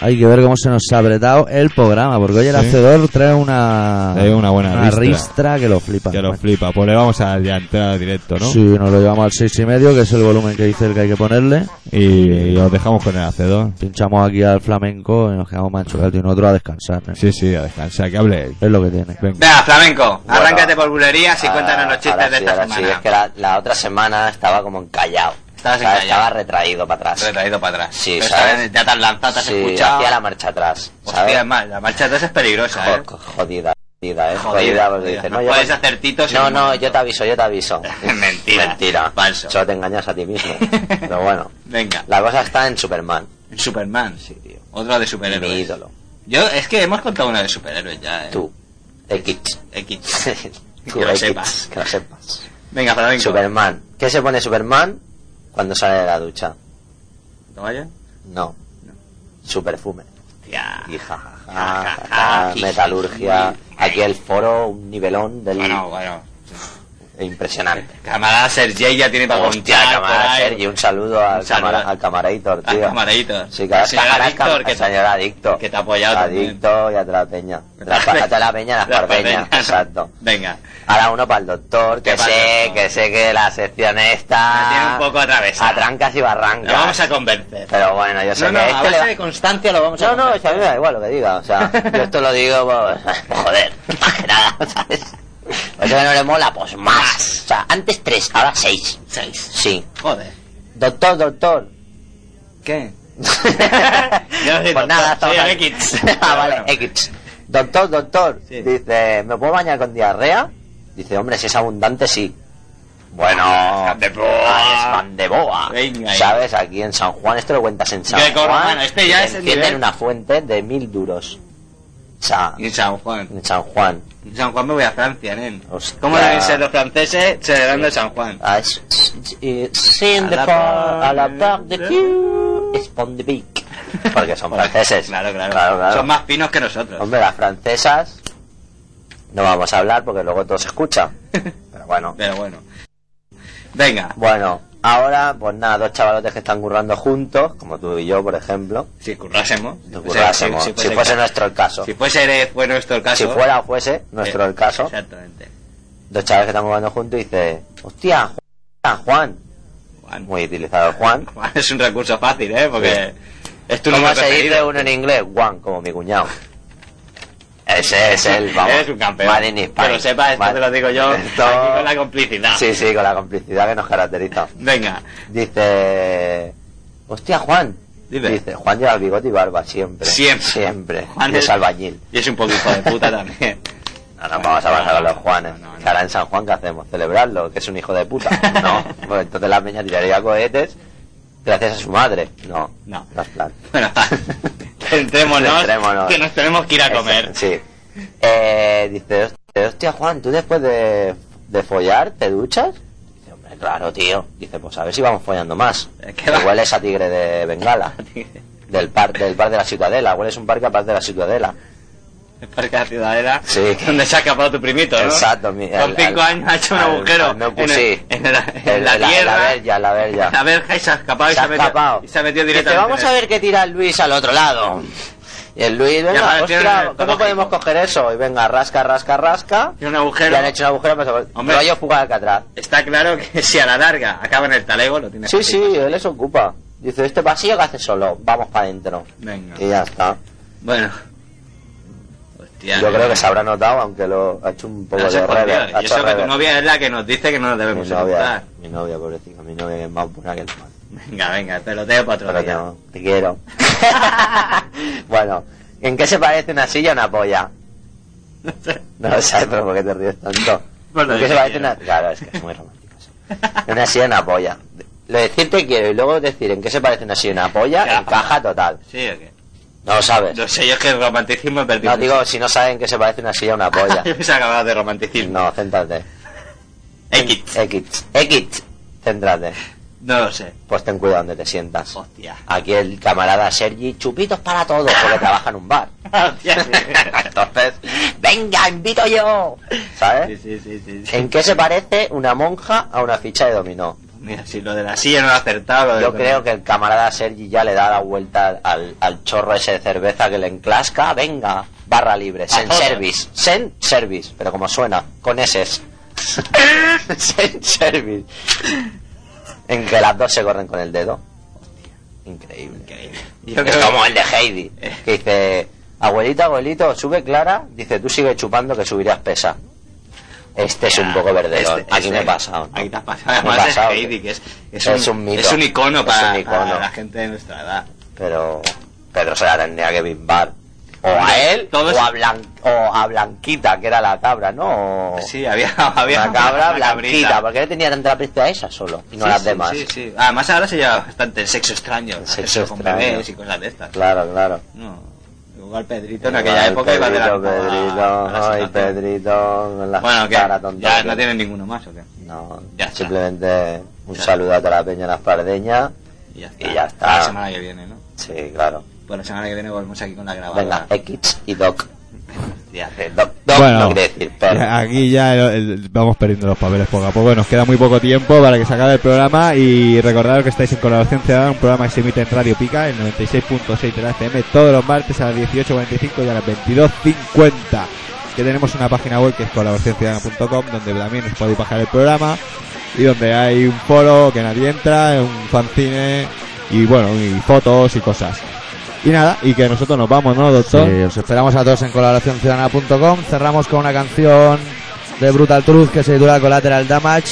S1: Hay que ver cómo se nos ha apretado el programa, porque hoy el
S2: Sí.
S1: hacedor trae una,
S2: Trae una buena ristra.
S1: ristra que lo flipa.
S2: Ya lo
S1: macho.
S2: flipa. Pues le vamos a ya entrar directo, ¿no?
S1: Sí, nos lo llevamos al seis y medio, que es el volumen que dice el que hay que ponerle.
S2: Y os dejamos con el hacedor.
S1: Pinchamos aquí al flamenco y nos quedamos manchocados y nosotros a descansar. ¿eh?
S2: Sí, sí, a descansar, que hable él.
S1: Es lo que tiene.
S2: Venga.
S3: Venga, flamenco,
S6: Bueno.
S3: arráncate por bulerías y cuéntanos los
S6: Ah, Ahora
S3: chistes de
S6: sí,
S3: esta
S6: ahora sí,
S3: semana.
S6: es que la, la otra semana estaba como encallado.
S3: Estabas
S6: O sea,
S3: encallado.
S6: Estaba retraído para atrás.
S3: Retraído para atrás.
S6: Sí,
S3: Pero
S6: ¿sabes?
S3: esta vez Ya te has lanzado, te has
S6: sí,
S3: escuchado.
S6: hacía la marcha atrás. ¿sabes?
S3: Hostia, ma- la marcha atrás es peligrosa, ¿eh?
S6: Jo- jodida, jodida, eh.
S3: Jodida,
S6: Jodida, porque
S3: jodida.
S6: dices,
S3: No
S6: yo-
S3: puedes hacer titos en
S6: No,
S3: un
S6: no,
S3: momento.
S6: yo te aviso, yo te aviso.
S3: Mentira,
S6: Mentira.
S3: falso.
S6: Solo te engañas a ti mismo. Pero bueno,
S3: Venga,
S6: la cosa está en Superman,
S3: Superman, sí, tío. Otro de
S6: mi
S3: superhéroes.
S6: ídolo.
S3: Yo, es que hemos contado uno de superhéroes ya, ¿eh?
S6: Tú, X.
S3: X.
S6: Tú,
S3: Que lo
S6: X,
S3: sepas.
S6: Que lo sepas.
S3: Venga, flamenco.
S6: Superman. ¿Qué se pone Superman cuando sale de la ducha?
S3: ¿Toalla?
S6: No. Su perfume.
S3: Hostia.
S6: Y ja, ja,
S3: Ja,
S6: ja,
S3: ja,
S6: ja,
S3: ja,
S6: ja, metalurgia. Aquí el foro, un nivelón del...
S3: Bueno, bueno.
S6: Impresionante.
S3: Camarada Sergei ya tiene para
S6: Hostia,
S3: contar. por
S6: camarada
S3: ahí.
S6: Sergi, un saludo al,
S3: Un saludo.
S6: camara- al camarator,
S3: Al
S6: tío.
S3: camaradito.
S6: Sí, claro,
S3: Al señor
S6: camarada-
S3: Adictor, que
S6: al señor adicto.
S3: que te ha apoyado también.
S6: Adicto y a la peña.
S3: te-
S6: Tras- A toda la peña, a
S3: Las
S6: las parpeñas,
S3: parpeñas.
S6: exacto.
S3: Venga.
S6: Ahora uno para el doctor,
S3: Que
S6: que
S3: pa'l
S6: sé,
S3: doctor.
S6: que sé que la sección
S3: La tiene
S6: está...
S3: un poco atravesada.
S6: A trancas y barrancas.
S3: La vamos a convencer.
S6: Pero bueno, yo sé
S3: No, no,
S6: que
S3: a
S6: esto le
S3: base
S6: va-
S3: de constancia lo vamos a
S6: No, no, o
S3: convencer.
S6: sea, a mí me da igual lo que diga, o sea, yo esto lo digo, pues, joder, más que nada, ¿sabes? O sea, que no le mola, pues más. O sea, antes tres, ahora seis.
S3: Seis.
S6: Sí.
S3: Joder.
S6: Doctor, doctor.
S3: ¿Qué? soy
S6: pues
S3: doctor,
S6: nada,
S3: soy
S6: estamos aquí.
S3: X.
S6: ah, vale,
S3: Bueno.
S6: X. Doctor, doctor.
S3: Sí.
S6: Dice, ¿me puedo bañar con diarrea? Dice, hombre, si es abundante, sí. Bueno,
S3: de boa.
S6: ah, es pan de boa.
S3: Venga, ahí.
S6: ¿Sabes? Aquí en San Juan, esto lo cuentas en San
S3: Que con-
S6: Juan.
S3: bueno, este ya
S6: y
S3: es el
S6: encienden
S3: nivel.
S6: una fuente de mil duros. O sea,
S3: Y San Juan.
S6: en San Juan.
S3: En San Juan me voy a Francia, nen.
S6: Hostia.
S3: ¿Cómo deben ser los franceses celebrando San Juan?
S6: Ah, es- es- es- sin de
S3: la
S6: par-
S3: par-
S6: a la par de Dieu, es pon de bic. Porque son franceses.
S3: Claro, claro,
S6: Claro, claro.
S3: Son más finos que nosotros.
S6: Hombre, las francesas no vamos a hablar porque luego todo se escucha. Pero bueno.
S3: Pero bueno. Venga.
S6: Bueno, ahora, pues nada, dos chavalotes que están currando juntos, como tú y yo, por ejemplo.
S3: Si currásemos.
S6: Nos
S3: O sea,
S6: currásemos, si, fuese, nuestro el caso.
S3: Si fuese, eh, fue nuestro el caso.
S6: Si fuera o fuese nuestro
S3: Eh,
S6: el caso.
S3: Exactamente.
S6: Dos chavales que están jugando juntos y dice, hostia, Juan, Juan.
S3: Juan.
S6: Muy utilizado el Juan.
S3: Juan es un recurso fácil, ¿eh? Porque es tu
S6: ¿Cómo
S3: nombre
S6: se dice
S3: preferido.
S6: uno en inglés? Juan, como mi cuñado. Ese es el, vamos.
S3: Eres un campeón.
S6: Made in Spain.
S3: Que lo sepas, esto
S6: Ma-
S3: te lo digo yo,
S6: Esto-
S3: aquí con la complicidad.
S6: Sí, sí, con la complicidad que nos caracteriza.
S3: Venga.
S6: Dice... Hostia, Juan.
S3: Dime.
S6: Dice, Juan lleva bigote y barba siempre.
S3: Siempre.
S6: Siempre.
S3: Juan
S6: y es
S3: es-
S6: albañil.
S3: Y es un poco hijo de puta también.
S6: No, no, vamos a pasar a los Juanes.
S3: No, no, no.
S6: Que ahora en San Juan, ¿qué hacemos? ¿Celebrarlo? ¿Que es un hijo de puta? No. Pues entonces la peña tiraría cohetes gracias a su madre. No.
S3: No.
S6: No es plan.
S3: Bueno, entrémonos,
S6: Centrémonos.
S3: que nos tenemos que ir a comer.
S6: Eso, Sí. Eh, dice, "Hostia, hostia, Juan, ¿tú después de, de follar te duchas? Dice, hombre, claro, tío. Dice, pues a ver si vamos follando más.
S3: Eh, ¿qué
S6: Que
S3: va?
S6: hueles a tigre de Bengala. Del par, del par de la Ciudadela. Hueles un parque aparte de la Ciudadela.
S3: El Parque de la Ciudadela,
S6: Sí.
S3: donde se ha escapado tu primito, ¿no?
S6: Exacto, mi-
S3: Con
S6: al-
S3: cinco
S6: al-
S3: años ha hecho un
S6: al-
S3: agujero
S6: al Nocu,
S3: en, el-
S6: sí.
S3: en la- en
S6: El-
S3: la
S6: la- la
S3: tierra.
S6: verja, la verja.
S3: La verja y se ha escapado y
S6: se
S3: se,
S6: ha
S3: ha metido-
S6: escapado.
S3: y se ha metido
S6: Dice,
S3: directamente.
S6: vamos a ver qué tira Luis al otro lado. Y el Luis,
S3: Ya
S6: venga,
S3: parecía
S6: hostia,
S3: un
S6: ¿cómo
S3: zoológico.
S6: podemos coger eso? Y venga, rasca, rasca, rasca.
S3: Tiene un agujero.
S6: Le han hecho un agujero, pero
S3: Hombre.
S6: rollo fuga de Alcatraz.
S3: Está claro que si a la larga acaba en el talego, lo tiene
S6: Sí, sí,
S3: fácil.
S6: él les ocupa. Dice, este pasillo que hace solo, vamos para adentro.
S3: Venga.
S6: Y ya está.
S3: Bueno. Hostia.
S6: Yo
S3: no.
S6: creo que se habrá notado, aunque lo ha hecho un poco
S3: No se
S6: de
S3: escondió.
S6: revés. Ha
S3: Y
S6: hecho
S3: eso que tu
S6: revés.
S3: novia es la que nos dice que no nos debemos
S6: mi novia,
S3: ocultar.
S6: mi novia, pobrecita, mi novia que es más buena que el mal.
S3: Venga, venga, peloteo para otro
S6: Pero
S3: día.
S6: no, te quiero. bueno, ¿en qué se parece una silla a una polla?
S3: No sé.
S6: No sabes, pero ¿por qué te ríes tanto?
S3: Pues lo
S6: ¿En qué se
S3: digo
S6: parece
S3: yo.
S6: una...? Claro, es que es muy romántico eso. Una silla a una polla. Lo de decir te quiero y luego decir en qué se parece una silla a una
S3: Ya.
S6: polla encaja total.
S3: ¿Sí o qué?
S6: No lo sabes.
S3: No sé, yo es que el romanticismo es perdido.
S6: No, digo, si no saben que se parece una silla a una polla.
S3: Yo pensaba que hablabas de romanticismo.
S6: No, céntrate.
S3: X.
S6: X. X. Céntrate.
S3: No lo sé.
S6: Pues ten cuidado donde te sientas.
S3: Hostia.
S6: Aquí el camarada Sergi, chupitos para todos, porque trabaja en un bar.
S3: Hostia, sí.
S6: Entonces, venga, invito yo.
S3: Sí,
S6: ¿Sabes?
S3: sí, sí, sí, sí.
S6: ¿En qué se parece una monja a una ficha de dominó?
S3: Mira, si lo de la silla no lo he acertado. lo
S6: Yo
S3: de-
S6: creo que el camarada Sergi ya le da la vuelta al, al chorro ese de cerveza que le enclasca. Venga, barra libre, sen
S3: Azotas.
S6: service, sen service, pero como suena, con S. sen service. En que las dos se corren con el dedo. Increíble.
S3: Yo
S6: es
S3: creo que-
S6: como el de Heidi, que dice, abuelita, abuelito, sube Clara, dice, tú sigue chupando que subirás pesa. Este es un poco verde.
S3: Este-
S6: aquí
S3: este-
S6: me he pasado. ¿no?
S3: Aquí te has pasado.
S6: Me he
S3: Además
S6: pasado,
S3: es Heidi, que es, es,
S6: es un mito.
S3: es un icono,
S6: Es
S3: para,
S6: un icono.
S3: para la gente de nuestra edad.
S6: pero Pedro se la tendría que bimbar. O a
S3: Hombre,
S6: él,
S3: todo
S6: o
S3: es-
S6: a, Blan- o a Blanquita, que era la cabra, ¿no? O-
S3: Sí, había, había
S6: la Oh. cabra
S3: una
S6: Blanquita,
S3: cabrita.
S6: porque él tenía tanta pista a esa solo, y no
S3: Sí,
S6: las
S3: sí,
S6: demás.
S3: Sí, sí. Además ahora se lleva bastante el sexo extraño. ¿no?
S6: sexo
S3: Sexo con
S6: extraño.
S3: bebés y cosas de estas.
S6: Claro, claro.
S3: No. Igual Pedrito en aquella época iba de la
S6: Pedrito,
S3: a la- a la
S6: Pedrito, ay,
S3: situación.
S6: Pedrito, con la
S3: Bueno, que
S6: cara tonta.
S3: ya
S6: que-
S3: no tienen ninguno más, ¿o qué?
S6: No,
S3: Ya está.
S6: simplemente un
S3: Ya.
S6: saludo a toda la peña en las pardeñas.
S3: Y ya está.
S6: Y ya está.
S3: Para la semana que viene, ¿no?
S6: Sí, claro.
S3: Pues la semana que viene volvemos aquí con la grabadora.
S6: Venga, X y Doc.
S3: Ya.
S6: Eh, Doc, Doc
S2: Bueno.
S6: no quiere decir perro.
S2: Ya, Aquí ya el- el- vamos perdiendo los papeles poco a poco. Nos queda muy poco tiempo para que se acabe el programa. Y recordaros que estáis en Colaboración Ciudadana, un programa que se emite en Radio Pica, en 96.6 de la FM, todos los martes a las 18.45 y a las 22.50. Que tenemos una página web que es colaboracionciudadana.com, donde también os podéis bajar el programa. Y donde hay un foro que nadie entra, un fanzine, y bueno, y fotos y cosas. Y nada, y que nosotros nos vamos, ¿no,
S1: Sí,
S2: doctor?
S1: os esperamos a todos en colaboracionciudadana.com. Cerramos con una canción de Brutal Truth que se titula Collateral Damage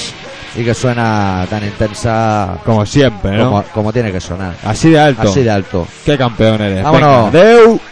S1: y que suena tan intensa
S2: Como siempre, ¿no?
S1: como, como tiene que sonar.
S2: Así de alto.
S1: Así de alto.
S2: Qué campeón eres.
S1: Vámonos.
S2: Venga, adeu.